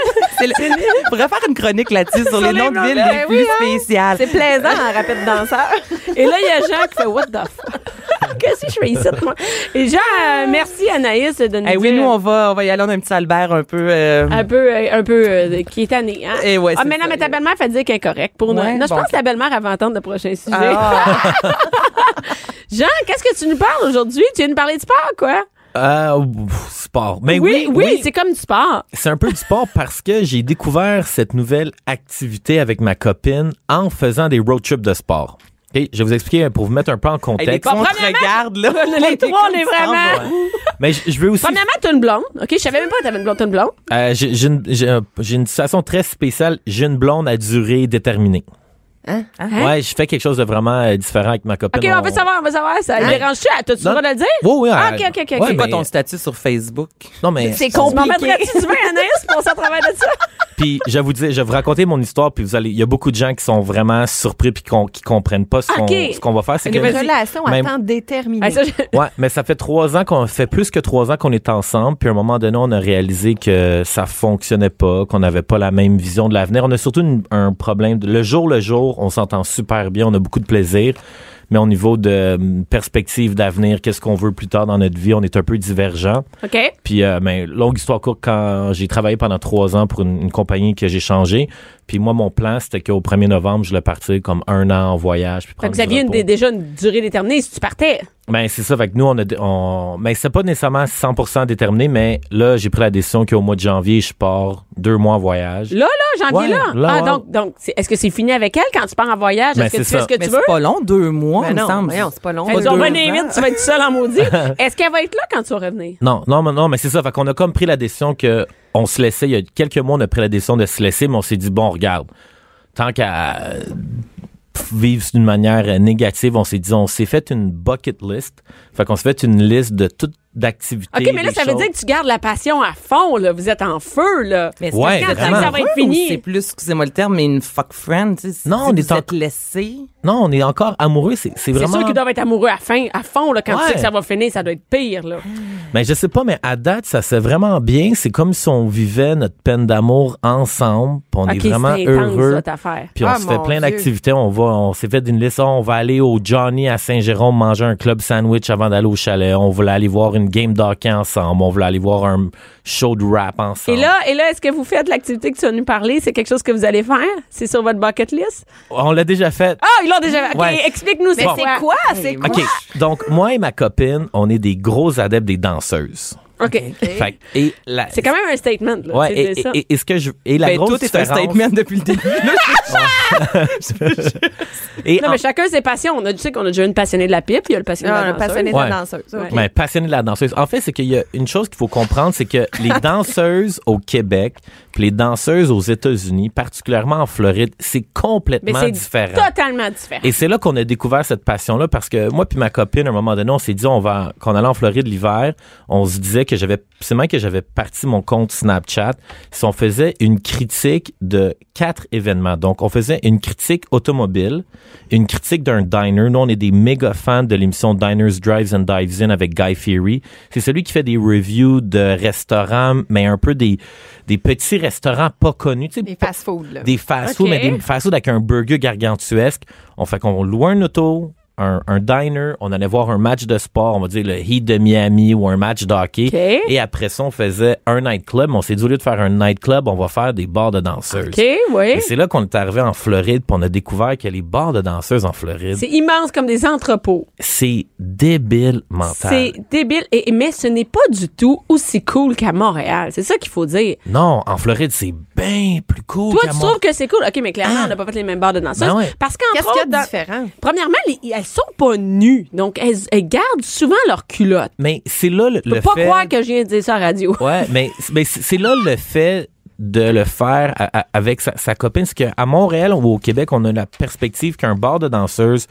D: C'est le- On pourrait faire une chronique là-dessus sur, les
E: les
D: noms de
E: noms de-
D: villes
E: Ben
D: les
E: oui,
D: plus
C: hein.
D: spéciales.
E: C'est plaisant, un rapide danseur.
C: Et là, il y a Jean qui fait What the fuck? Qu'est-ce que je fais ici, moi? Et Jean, euh, merci Anaïs de nous
D: Eh oui,
C: dire
D: nous, on va, on va y aller. On a un petit Albert un peu. euh,
C: un peu, euh, un peu euh, qui est tanné. Hein?
D: Eh ouais,
C: ah,
D: c'est
C: mais non,
D: ça.
C: mais ta belle-mère fait dire qu'elle est correcte. Pour nous.
D: Ouais,
C: non, je
D: bon.
C: pense que ta belle-mère elle va entendre le prochain sujet.
D: ah.
C: Jean, qu'est-ce que tu nous parles aujourd'hui? Tu viens nous parler de sport, quoi?
F: Euh, pff, sport. Mais
C: Oui, oui,
F: Eh oui,
C: c'est comme du sport.
F: c'est un peu du sport parce que j'ai découvert cette nouvelle activité avec ma copine en faisant des road trips de sport. Ok, je vais vous expliquer euh, pour vous mettre un peu en
D: Hey, dès
F: contexte.
D: qu'on te
C: premièrement,
D: regarde, là.
C: les trois, on est vraiment-
F: Mais je, je veux aussi
C: Premièrement, t'as une blonde. OK, je savais même pas que t'avais une blonde. T'as une blonde.
F: Euh, j'ai j'ai une, j'ai un- j'ai une situation très spéciale. J'ai une blonde à durée déterminée. Ouais, je fais quelque chose de vraiment euh, différent avec ma copine.
C: OK, on veut savoir, on veut savoir. Ça dérange-tu? T'as-tu le
F: Non.
C: droit de le dire?
F: Oui, oui.
C: Ah,
F: euh,
C: OK, OK, OK.
F: ouais,
C: C'est
D: Quoi
F: mais-
D: ton statut sur Facebook?
F: Non, mais.
E: C'est
C: Tu m'en
E: compliqué.
C: mettrais-tu du vin, Anaïs, pour ça travail de ça?
F: Puis je vais vous dire, je vais vous raconter mon histoire. Puis vous allez, il y a beaucoup de gens qui sont vraiment surpris puis qu'on- qui comprennent pas ce qu'on
C: OK.
F: ce qu'on va faire. C'est
E: Une
F: que-
E: relation à
F: Même-
E: temps déterminé.
C: Ah, ça, je-
F: Ouais, mais ça fait trois ans qu'on fait plus que trois ans qu'on est ensemble. Puis à un moment donné, on a réalisé que ça fonctionnait pas, qu'on n'avait pas la même vision de l'avenir. On a surtout une- un problème. de- le jour le jour, on s'entend super bien, on a beaucoup de plaisir. Mais au niveau de hum, perspective d'avenir, qu'est-ce qu'on veut plus tard dans notre vie, on est un peu divergent.
C: OK.
F: Puis, euh, ben, longue histoire courte, quand j'ai travaillé pendant trois ans pour une, une compagnie que j'ai changée, puis moi, mon plan, c'était qu'au 1er novembre, je le partir comme un an en voyage. Puis
C: Fait
F: prendre
C: que vous
F: du
C: aviez une-
F: repos.
C: dé- déjà une durée déterminée si tu partais.
F: Ben c'est ça, fait que nous on a on mais c'est pas nécessairement 100% déterminé mais là j'ai pris la décision qu'au mois de janvier je pars deux mois en voyage.
C: Là, là, janvier,
F: Ouais,
C: là.
F: là,
C: ah,
F: ouais.
C: donc, donc c'est- est-ce que c'est fini avec elle quand tu pars en voyage?
F: Ben,
C: Est-ce que tu
F: c'est
C: fais
F: ça.
C: ce que
D: Mais
C: tu
D: c'est
C: veux?
D: pas long, deux mois,
E: Ben
D: il me
E: non,
D: semble.
E: voyons, c'est pas long.
C: Fait que
E: Pas
C: tu vas
E: deux
C: revenir
E: ans.
C: vite, tu vas être seul en maudit. Est-ce qu'elle va être là quand tu vas revenir?
F: Non, non mais non mais c'est ça, fait qu'on a comme pris la décision que on se laissait il y a quelques mois on a pris la décision de se laisser mais on s'est dit bon regarde tant qu'à euh, vivre d'une manière euh, négative, on s'est dit on s'est fait une bucket list. Fait qu'on s'est fait une liste de toutes d'activités.
C: OK, mais là,
F: des
C: ça veut
F: choses.
C: dire que tu gardes la passion à fond, là. Vous êtes en feu, là.
D: Mais
F: Ouais,
D: c'est
C: quand
D: vraiment.
C: ça va être fini?
D: Ou C'est plus, excusez-moi le terme, mais une fuck friend. tu sais, si
F: Non, on
D: vous
F: est en-
D: êtes laissé.
F: Non, on est encore amoureux, c'est c'est
C: C'est
F: vraiment
C: sûr qu'ils doivent être amoureux à, fin, à fond, là, quand tu
F: Ouais. Ah.
C: sais que ça va finir, ça doit être pire, là.
F: Mais Ben, je sais pas, mais à date, ça c'est vraiment bien. C'est comme si on vivait notre peine d'amour ensemble. puis on
C: OK,
F: est vraiment
C: c'est intense,
F: heureux.
C: là, ta affaire.
F: Puis on
E: Ah,
F: se fait
E: mon
F: plein
E: Dieu.
F: d'activités. On va, on s'est fait une liste. Ah, On va aller au Johnny à Saint-Jérôme manger un club sandwich avant d'aller au chalet. On voulait aller voir une game d'hockey ensemble. On voulait aller voir un show de rap
C: Et
F: ensemble.
C: là, et là est-ce que vous faites l'activité que tu as nous parler? C'est quelque chose que vous allez faire? C'est sur votre bucket list?
F: on l'a déjà fait.
C: Ah, ils l'ont déjà fait. OK,
F: Ouais.
C: explique-nous, c'est
F: Bon.
E: C'est quoi? C'est quoi?
F: OK. Donc, moi et ma copine, on est des gros adeptes des danseuses.
C: OK.
F: Fait que- et la-
C: C'est quand même un statement. Là,
F: Ouais,
C: C'est-
F: et,
C: c'est ça.
F: et- et ce que je et la
D: Ben,
F: grosse
D: tout est un
F: différence-
D: statement depuis le début. Là,
F: et
C: non,
F: en-
C: mais chacun ses passions. On a, tu sais qu'on a déjà une passionnée de la pipe, puis il y a le passionné de la
E: Ah,
C: danseuse.
E: passionné de
F: Ouais.
E: la danseuse. ouais.
F: Ben, passionné de la danseuse. En fait, c'est qu'il y a une chose qu'il faut comprendre, c'est que les danseuses au Québec, puis les danseuses aux États-Unis, particulièrement en Floride, c'est
C: Mais
F: complètement
C: c'est
F: différent.
C: totalement différent.
F: Et c'est là qu'on a découvert cette passion-là parce que moi puis ma copine, à un moment donné, on s'est dit on va qu'on allait en Floride l'hiver, on se disait que j'avais c'est même que j'avais parti mon compte Snapchat si on faisait une critique de quatre événements. Donc on faisait une critique automobile, une critique d'un diner. Nous on est des méga fans de l'émission Diners Drives and Dives In avec Guy Fieri. C'est celui qui fait des reviews de restaurants mais un peu des des petits restaurants pas connus, tu sais,
E: Des
F: pas-
E: fast-food, là.
F: des fast-food,
C: Ok.
F: mais des fast-food avec un burger gargantuesque. On fait qu'on loue un auto, un, un diner, on allait voir un match de sport, on va dire le Heat de Miami ou un match d'hockey.
C: Ok.
F: Et après ça, on faisait un nightclub. On s'est dit, au lieu de faire un nightclub, on va faire des bars de danseuses.
C: OK, oui.
F: Et c'est là qu'on est arrivé en Floride, puis on a découvert que les bars de danseuses en Floride,
C: C'est immense comme des entrepôts.
F: c'est débile mental.
C: C'est débile. Et, mais ce n'est pas du tout aussi cool qu'à Montréal. C'est ça qu'il faut dire.
F: Non, en Floride, c'est bien plus cool.
C: Toi,
F: qu'à
C: tu
F: Mont-
C: trouves que c'est cool. OK, mais clairement,
F: Ah.
C: on n'a pas fait les mêmes barres de danseuses.
F: Ben ouais.
C: Parce qu'en
E: Qu'est-ce qu'il y a de
C: dans-
E: différent?
C: Premièrement, les- elles sont pas nues. Donc, elles, elles gardent souvent leur culotte.
F: Mais c'est là le,
C: Je peux
F: le
C: pas
F: fait...
C: croire que je viens de dire ça à la radio.
F: Ouais, mais, mais c'est c'est là le fait de le faire à- à- avec sa, sa copine. C'est qu'à Montréal ou au Québec, on a la perspective qu'un bar de danseuses,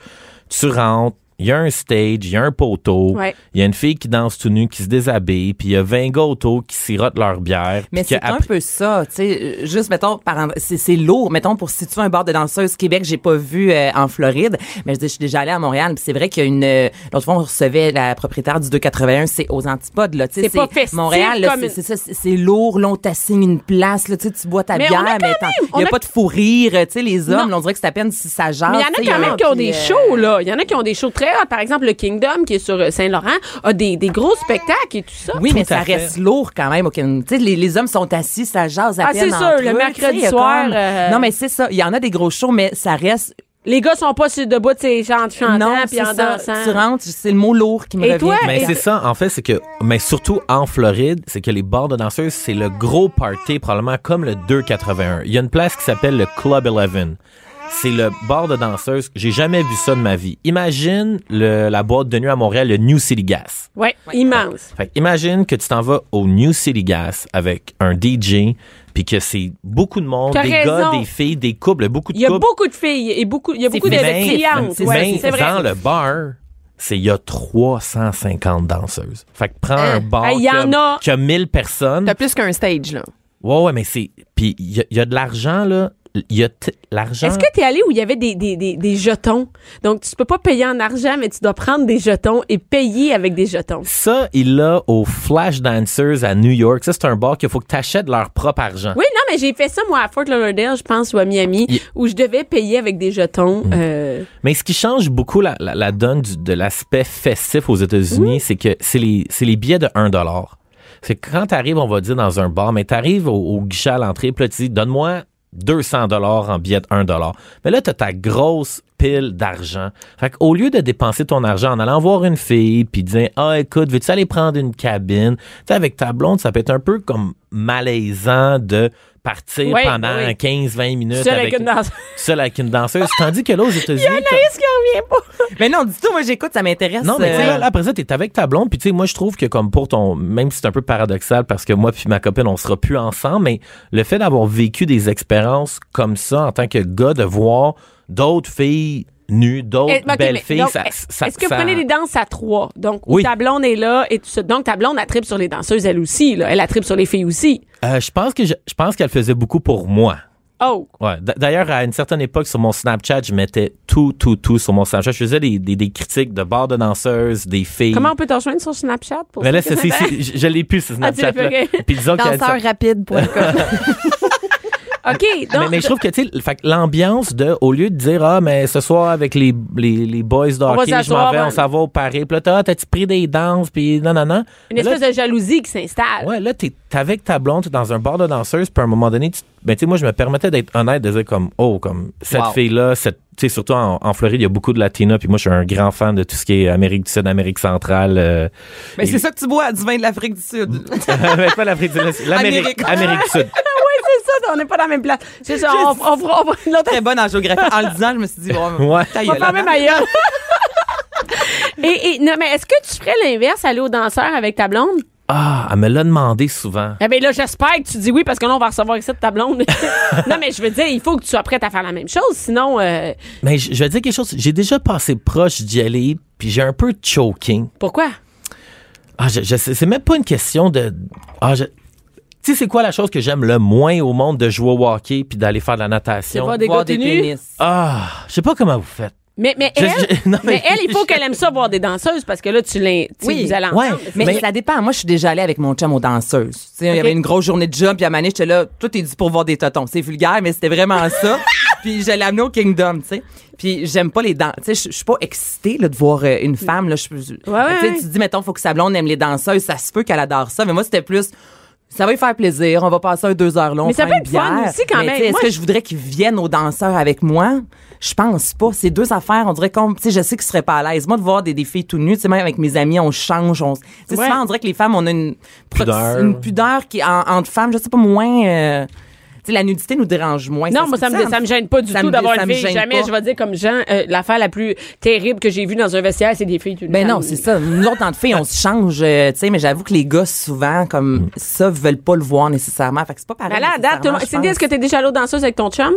F: tu rentres, il y a un stage, il y a un poteau, il
C: Ouais.
F: y a une fille qui danse tout nue, qui se déshabille, puis il y a 20 gars autour qui sirotent leur bière.
D: Mais
F: puis
D: c'est
F: qu'après-
D: un peu ça, tu sais, euh, juste mettons par en- c'est c'est lourd, mettons pour situer un bar de danseuse Québec, j'ai pas vu euh, en Floride, mais je dis, je suis déjà allée à Montréal, puis c'est vrai qu'il y a une euh, l'autre fois on recevait la propriétaire du 281, c'est aux antipodes là, tu sais,
C: C'est pas festif
D: Montréal, là,
C: comme
D: c'est
C: une-
D: c'est ça, c'est- c'est lourd, là, on t'assigne une place, là, tu sais, tu bois ta
C: Mais on
D: bière,
C: a quand
D: mais t'en-
C: même-
D: il y
C: on
D: a
C: a-
D: pas de fou rire, tu sais, les hommes,
C: Non.
D: là, on dirait que c'est à peine si ça jase.
C: Mais il y en
D: tu sais,
C: a quand
D: un-
C: même qui ont
D: puis,
C: des
D: euh,
C: shows, là. Il y en a qui ont des shows très hot. Par exemple, le Kingdom, qui est sur euh, Saint-Laurent, a des, des gros spectacles et tout ça.
D: Oui, mais
F: Tout à
D: ça
F: fait.
D: reste lourd quand même. au Canada. Tu sais, les, les hommes sont assis, ça jase à
C: Ah,
D: peine
C: c'est
D: entre
C: sûr, le
D: eux,
C: mercredi
D: tu sais,
C: soir,
D: comme-
C: euh,
D: Non, mais c'est ça. Il y en a des gros shows, mais ça reste.
C: Les gars sont pas sur debout, tu sais, en chantant
D: non,
C: puis
D: c'est
C: en
D: ça.
C: dansant.
D: Tu rentres, c'est le mot lourd qui me
C: Et
D: revient.
C: toi,
F: Mais c'est ça, en fait, c'est que, mais surtout en Floride, c'est que les bars de danseuses, c'est le gros party, probablement comme le 281. Il y a une place qui s'appelle le Club 11. C'est le bar de danseuses. J'ai jamais vu ça de ma vie. Imagine le- la boîte de nuit à Montréal, le New City Gas.
C: Ouais, immense.
F: Fait que imagine que tu t'en vas au New City Gas avec un DJ, puis que c'est beaucoup de monde,
C: T'as
F: des
C: raison.
F: gars, des filles, des couples, beaucoup de
C: Il y a
F: couples.
C: beaucoup de filles et beaucoup, il y a beaucoup de
F: Mais
C: clientes. Ouais,
F: mais
C: c'est vrai.
F: dans le bar, c'est il y a 350 danseuses. Fait que prends un bar
C: Hein? Hey, il
F: qui
C: y en a-
F: a, qui a 1000 personnes.
E: T'as plus qu'un stage, là.
F: Ouais, ouais, mais c'est... Puis il y, a- il y a de l'argent, là. Il y a t- l'argent...
C: Est-ce que tu es allé où il y avait des, des, des, des jetons? Donc, tu peux pas payer en argent, mais tu dois prendre des jetons et payer avec des jetons.
F: Ça, il l'a au Flash Dancers à New York. Ça, c'est un bar qu'il faut que tu achètes leur propre argent.
C: Oui, non, mais j'ai fait ça, moi, à Fort Lauderdale, je pense, ou à Miami,
F: Il-
C: où je devais payer avec des jetons.
D: Mm.
C: euh,
F: Mais ce qui change beaucoup la, la- la donne du- de l'aspect festif aux États-Unis,
C: Mmh.
F: c'est que c'est les, c'est les billets de 1 C'est que quand t'arrives, on va dire, dans un bar, mais t'arrives au, au guichet à l'entrée, puis là, tu dis, donne-moi 200 en billets de 1 Mais là, t'as ta grosse pile d'argent. Fait qu'au lieu de dépenser ton argent en allant voir une fille, puis dire, ah, écoute, veux-tu aller prendre une cabine? Tu sais, avec ta blonde, ça peut être un peu comme malaisant de partir
C: Ouais,
F: pendant
C: oui.
F: 15-20 minutes
C: Seul avec une danseuse.
F: seul avec une danseuse. Tandis que là, aux États-Unis... t'as-
C: Anaïs qui en revient pas.
D: Mais non, du tout, moi, j'écoute, ça m'intéresse.
F: non, mais tu sais,
D: euh,
F: là, là, après ça, t'es avec ta blonde, puis tu sais, moi, je trouve que comme pour ton, même si c'est un peu paradoxal, parce que moi puis ma copine, on sera plus ensemble, mais le fait d'avoir vécu des expériences comme ça en tant que gars, de voir d'autres filles nues, d'autres
C: Eh, ok,
F: belles
C: mais
F: filles,
C: donc,
F: ça,
C: est-
F: ça-
C: Est-ce que
F: ça-
C: vous prenez des danses à trois? Donc, où
F: Oui.
C: ta blonde est là et tout ça. Donc, ta blonde, elle tripe sur les danseuses, elle aussi, là. Elle a tripe sur les filles aussi.
F: Euh, je pense que je, je pense qu'elle faisait beaucoup pour moi.
C: Oh!
F: Ouais. D- D'ailleurs, à une certaine époque, sur mon Snapchat, je mettais tout, tout, tout sur mon Snapchat. Je faisais des, des, des critiques de bars de danseuses, des filles.
C: Comment on peut te rejoindre sur Snapchat pour
F: mais là,
C: ça?
F: c'est, c'est- c'est- je, je l'ai plus, ce
C: Ah, tu
F: Snapchat.
C: l'as plus,
F: là.
C: ok.
F: Puis disons qu'elle-
E: Danseur rapide, pour
C: OK,
F: mais,
C: donc.
F: mais je trouve que, tu sais, fait que l'ambiance de, au lieu de dire, ah, mais ce soir avec les, les, les boys de
C: On va
F: hockey, je
C: s'asseoir, hein.
F: m'en vais,
C: ouais.
F: on s'en va au Paris. Puis là, t'as- ah, t'as-tu pris des danses? Puis non, non, non.
C: une
F: Mais là,
C: espèce de jalousie qui s'installe.
F: Ouais, là, t'es t'es avec ta blonde, t'es dans un bar de danseuses, puis à un moment donné, tu, ben, tu sais, moi, je me permettais d'être honnête, de dire comme, oh, comme, cette
D: Wow.
F: fille-là, cette, tu sais, surtout en, en Floride, il y a beaucoup de Latinas, puis moi, je suis un grand fan de tout ce qui est Amérique du Sud, Amérique centrale. euh,
D: Mais
F: et-
D: c'est ça que tu bois du vin de l'Afrique du Sud.
F: Mais pas l'Afrique du Sud, l'Amérique,
D: Amérique.
F: Amérique du Sud.
C: Ah oui, c'est ça, on n'est pas dans la même place. C'est ça, on, on, fera- on, fera une autre
D: Très bonne en géographie. En le disant, je me suis dit, bon,
F: Ouais.
D: ta
C: On va
D: gueule,
C: faire
D: Anna.
F: hein?
C: même ailleurs. Et, et- non, mais est-ce que tu ferais l'inverse, aller au danseur avec ta blonde?
F: Ah, elle me l'a demandé souvent.
C: Eh bien là, j'espère que tu dis oui parce que là, on va recevoir ici de ta blonde. non, mais je veux dire, il faut que tu sois prête à faire la même chose, sinon, euh,
F: Mais je, je vais dire quelque chose, j'ai déjà passé proche d'y aller, puis j'ai un peu choking.
C: pourquoi?
F: Ah, je, je sais, c'est même pas une question de. Ah, je. Tu sais, c'est quoi la chose que j'aime le moins au monde de jouer au hockey puis d'aller faire de la
C: C'est
F: natation?
C: pas des
D: Boire
C: côtés
D: des
C: nus.
D: pénis.
F: Ah, je sais pas comment vous faites.
C: Mais, mais,
F: Je-
C: elle,
F: je- non,
C: mais,
F: mais-
C: elle, il faut qu'elle aime ça voir des danseuses parce que là, tu l'in- tu sais,
D: Oui.
C: vous allez
F: Ouais,
C: ensemble.
D: Mais,
F: Mais-
D: ça dépend. Moi, je suis déjà allée avec mon chum aux danseuses. Tu sais, Il
C: Ok.
D: y avait une grosse journée de job, puis à Mané, j'étais là, tout est dû pour voir des totons. C'est vulgaire, mais c'était vraiment ça. puis je l'ai amené au Kingdom, tu sais. Puis j'aime pas les danses. Tu sais, je- je suis pas excitée là, de voir euh, une femme. Là, je, je-
C: ouais,
D: tu sais,
C: ouais.
D: tu te dis, mettons, faut que sa blonde aime les danseuses. Ça se peut qu'elle adore ça. Mais moi, c'était plus... Ça va lui faire plaisir. On va passer un deux heures long.
C: Mais ça
D: prendre
C: peut
D: une
C: être fun
D: bière.
C: aussi, quand
D: Mais
C: même.
D: tu sais, Est-ce
C: Moi,
D: que
C: je-
D: je voudrais qu'ils viennent aux danseurs avec moi? Je pense pas. C'est deux affaires. On dirait qu'on, tu sais, je sais qu'ils seraient pas à l'aise. Moi, de voir des, des filles tout nues, tu sais, même avec mes amis, on change. On, s- tu sais,
C: Ouais.
D: souvent, on dirait que les femmes, on a une prox-
F: Pudeur.
D: une pudeur qui, en- entre femmes, je sais pas, moins, euh, tu sais, la nudité nous dérange moins.
C: Non,
D: se hein?
C: moi, ça
D: peut
C: me, ça me gêne pas du
D: Ça
C: tout
D: me-
C: d'avoir
D: ça
C: une
D: me
C: fille.
D: gêne
C: Jamais,
D: pas.
C: je vais dire comme Jean, euh, l'affaire la plus terrible que j'ai vue dans un vestiaire, c'est des filles. tout nues.
D: Ben non, c'est ça. Nous autres, entre filles, on se change, euh, tu sais, mais j'avoue que les gars, souvent, comme ça, veulent pas le voir nécessairement. Fait que c'est pas pareil.
C: Mais là, à date, tout le monde-
D: nécessairement,
C: Cindy,
D: je
C: est-ce que
D: pense.
C: t'es déjà allée aux danseuses avec ton chum?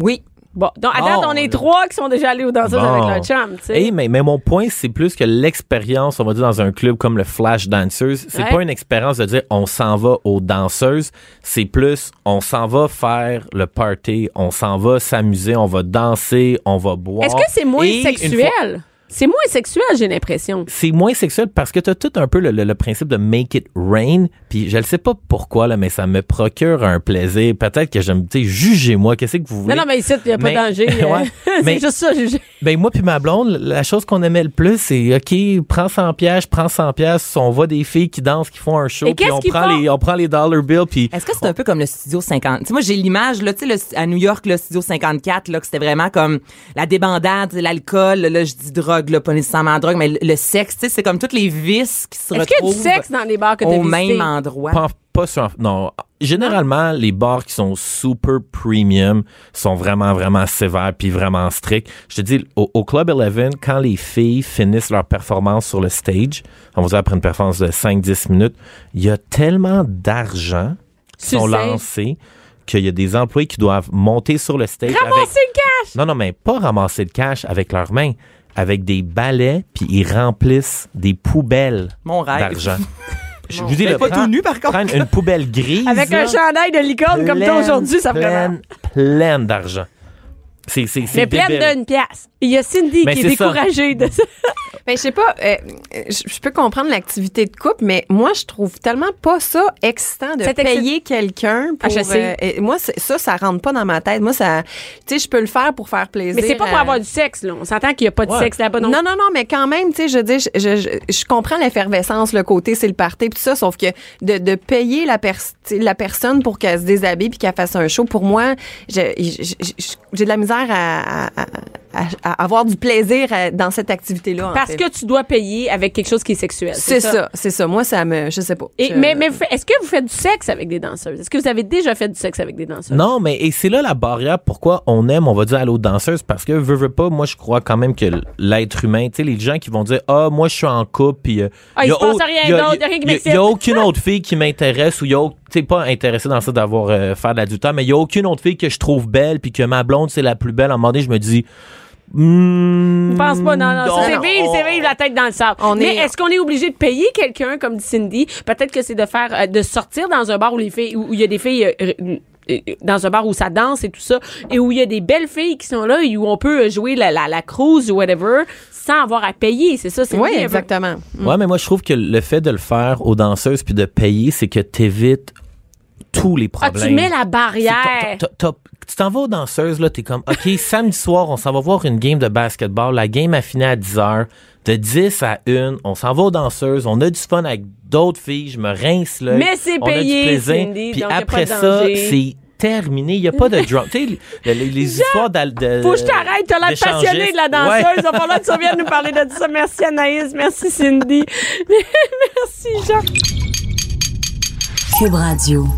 D: Oui.
C: Bon, donc à date,
D: Bon,
C: on est
D: Oh, là.
C: trois qui sont déjà allés aux danseuses
F: Bon.
C: avec leur chum, tu sais.
F: Hey, mais, mais mon point, c'est plus que l'expérience, on va dire, dans un club comme le Flash Dancers, c'est
C: Ouais.
F: pas une expérience de dire on s'en va aux danseuses, c'est plus on s'en va faire le party, on s'en va s'amuser, on va danser, on va boire.
C: Est-ce que c'est moins
F: Et une fois-
C: sexuel? C'est moins sexuel, j'ai l'impression.
F: c'est moins sexuel parce que t'as tout un peu le, le- le principe de make it rain. Puis je ne sais pas pourquoi, là, mais ça me procure un plaisir. Peut-être que j'aime, tu sais, jugez-moi, qu'est-ce que vous voulez.
C: Non, non, mais ici, il n'y a pas de
F: Mais-
C: danger. euh,
F: Ouais.
C: c'est
F: Mais-
C: juste ça. j'ai- j'ai-
F: Ben moi puis ma blonde, la chose qu'on aimait le plus, c'est ok, prends 100 pièces, prends 100 pièces, on voit des filles qui dansent, qui font un show,
C: Et
F: puis
C: qu'est-ce
F: on
C: qu'ils
F: prend
C: font? Eh,
F: les, on prend les dollar bills, puis
D: Est-ce que c'est un peu comme le Studio 50? Tu sais, moi, j'ai l'image, là, tu sais, le- à New York, le Studio 54, là, que c'était vraiment comme la débandade, l'alcool, là, je dis drogue, là, pas nécessairement drogue, mais le, le sexe, tu sais, c'est comme toutes les vices qui se
C: Est-ce qu'il y a
D: retrouvent
C: du sexe dans les bars que tu
D: au même endroit.
F: pas, pas sur non. Généralement, les bars qui sont super premium sont vraiment vraiment sévères puis vraiment stricts. Je te dis au, au club 11 quand les filles finissent leur performance sur le stage, on va dire après une performance de 5-10 minutes, il y a tellement d'argent qui
C: Sur
F: sont
C: le stage.
F: lancés qu'il y a des employés qui doivent monter sur le stage avec
C: Ramasser le cash!
F: non, non, mais pas ramasser le cash avec leurs mains, avec des balais, puis ils remplissent des poubelles
D: Mon rêve.
F: d'argent. Je vous dis,
D: Mais
F: le
D: pas tout nu, par contre.
F: prendre une poubelle grise.
C: Avec un
F: là,
C: chandail de licorne comme toi
F: pleine,
C: aujourd'hui, ça ferait mal.
F: pleine, pleine d'argent. C'est c'est c'est
C: Mais pleine
F: débile.
C: d'une pièce. Il y a Cindy
F: Mais
C: qui est
F: c'est ça.
C: découragée de ça.
E: Ben, je sais pas, euh, je je peux comprendre l'activité de couple, mais moi, je trouve tellement pas ça excitant de
C: C'est exci-
E: payer quelqu'un
C: Ah,
E: pour...
C: je sais.
E: euh, et moi, c'est- ça, ça rentre pas dans ma tête. Moi, ça... Tu sais, je peux le faire pour faire plaisir.
C: Mais c'est pas pour
E: à-
C: avoir du sexe, là. On s'entend qu'il n'y a pas de
F: Ouais.
C: sexe là-bas.
E: euh, Non, non, non, mais quand même, tu sais, je dis, je, je, je- je comprends l'effervescence, le côté, c'est le party, puis tout ça, sauf que de, de payer la, pers- tu sais, la personne pour qu'elle se déshabille puis qu'elle fasse un show, pour moi, je- je- je- je- j'ai de la misère à, à- à- à avoir du plaisir à- dans cette activité-là. en
C: Parce
E: fait.
C: que tu dois payer avec quelque chose qui est sexuel.
E: c'est ça, c'est ça. Moi, ça me, je sais pas.
C: Et,
E: Je-
C: mais mais vous fa- est-ce que vous faites du sexe avec des danseuses? Est-ce que vous avez déjà fait du sexe avec des danseuses?
F: Non, mais et c'est là la barrière pourquoi on aime, on va dire, à l'autre danseuse, parce que veux, veux pas, moi je crois quand même que l'être humain, tu sais, les gens qui vont dire Ah, moi je suis en couple, puis euh,
C: Ah, il
F: y a
C: se passe
F: autre-
C: rien
F: y a-
C: d'autre,
F: y
C: y a rien qui
F: y a-
C: m'excite.
F: y a aucune autre fille qui m'intéresse ou il y a autre- tu sais, pas intéressé dans le sens d'avoir euh, faire de la du temps, mais il y a aucune autre fille que je trouve belle, puis que ma blonde c'est la plus belle. À un moment donné, je me dis Hmm,
C: Je pense pas, non, non. ça,
F: on-
C: c'est vivre,
F: on-
C: c'est vivre la tête dans le sable.
E: On
C: mais
E: est-
C: est... ce qu'on est obligé de payer quelqu'un, comme dit Cindy? Peut-être que c'est de faire, euh, de sortir dans un bar où les filles, où où il y a des filles, euh, euh, euh, dans un bar où ça danse et tout ça, et où il y a des belles filles qui sont là et où on peut euh, jouer la, la, la cruise ou whatever sans avoir à payer. C'est ça, c'est
E: Oui,
C: bien.
E: exactement.
C: Mm.
F: Ouais, mais moi, je trouve que le fait de le faire aux danseuses puis de payer, c'est que t'évites tous les
C: Ah,
F: problèmes.
C: tu mets la
F: C'est-
C: barrière.
F: t'as- t'as- t'as- Tu t'en vas aux danseuses, là, t'es comme, OK, samedi soir, on s'en va voir une game de basketball. La game a fini à 10 h De 10 à 1, on s'en va aux danseuses, on a du fun avec d'autres filles, je me rince là.
C: Mais c'est payé, Cindy,
F: Puis
C: donc y a
F: après
C: pas de
F: ça,
C: danger.
F: c'est terminé. Il n'y a pas de drunk. Tu sais, les, les- les histoires d'al- de.
C: Faut que je t'arrête, t'as l'air
F: d'échangistes.
C: passionné de la
F: Ouais.
C: danseuse. Il va falloir que tu reviennes nous parler de ça. Merci Anaïs, merci Cindy. merci Jean.
A: Cube Radio.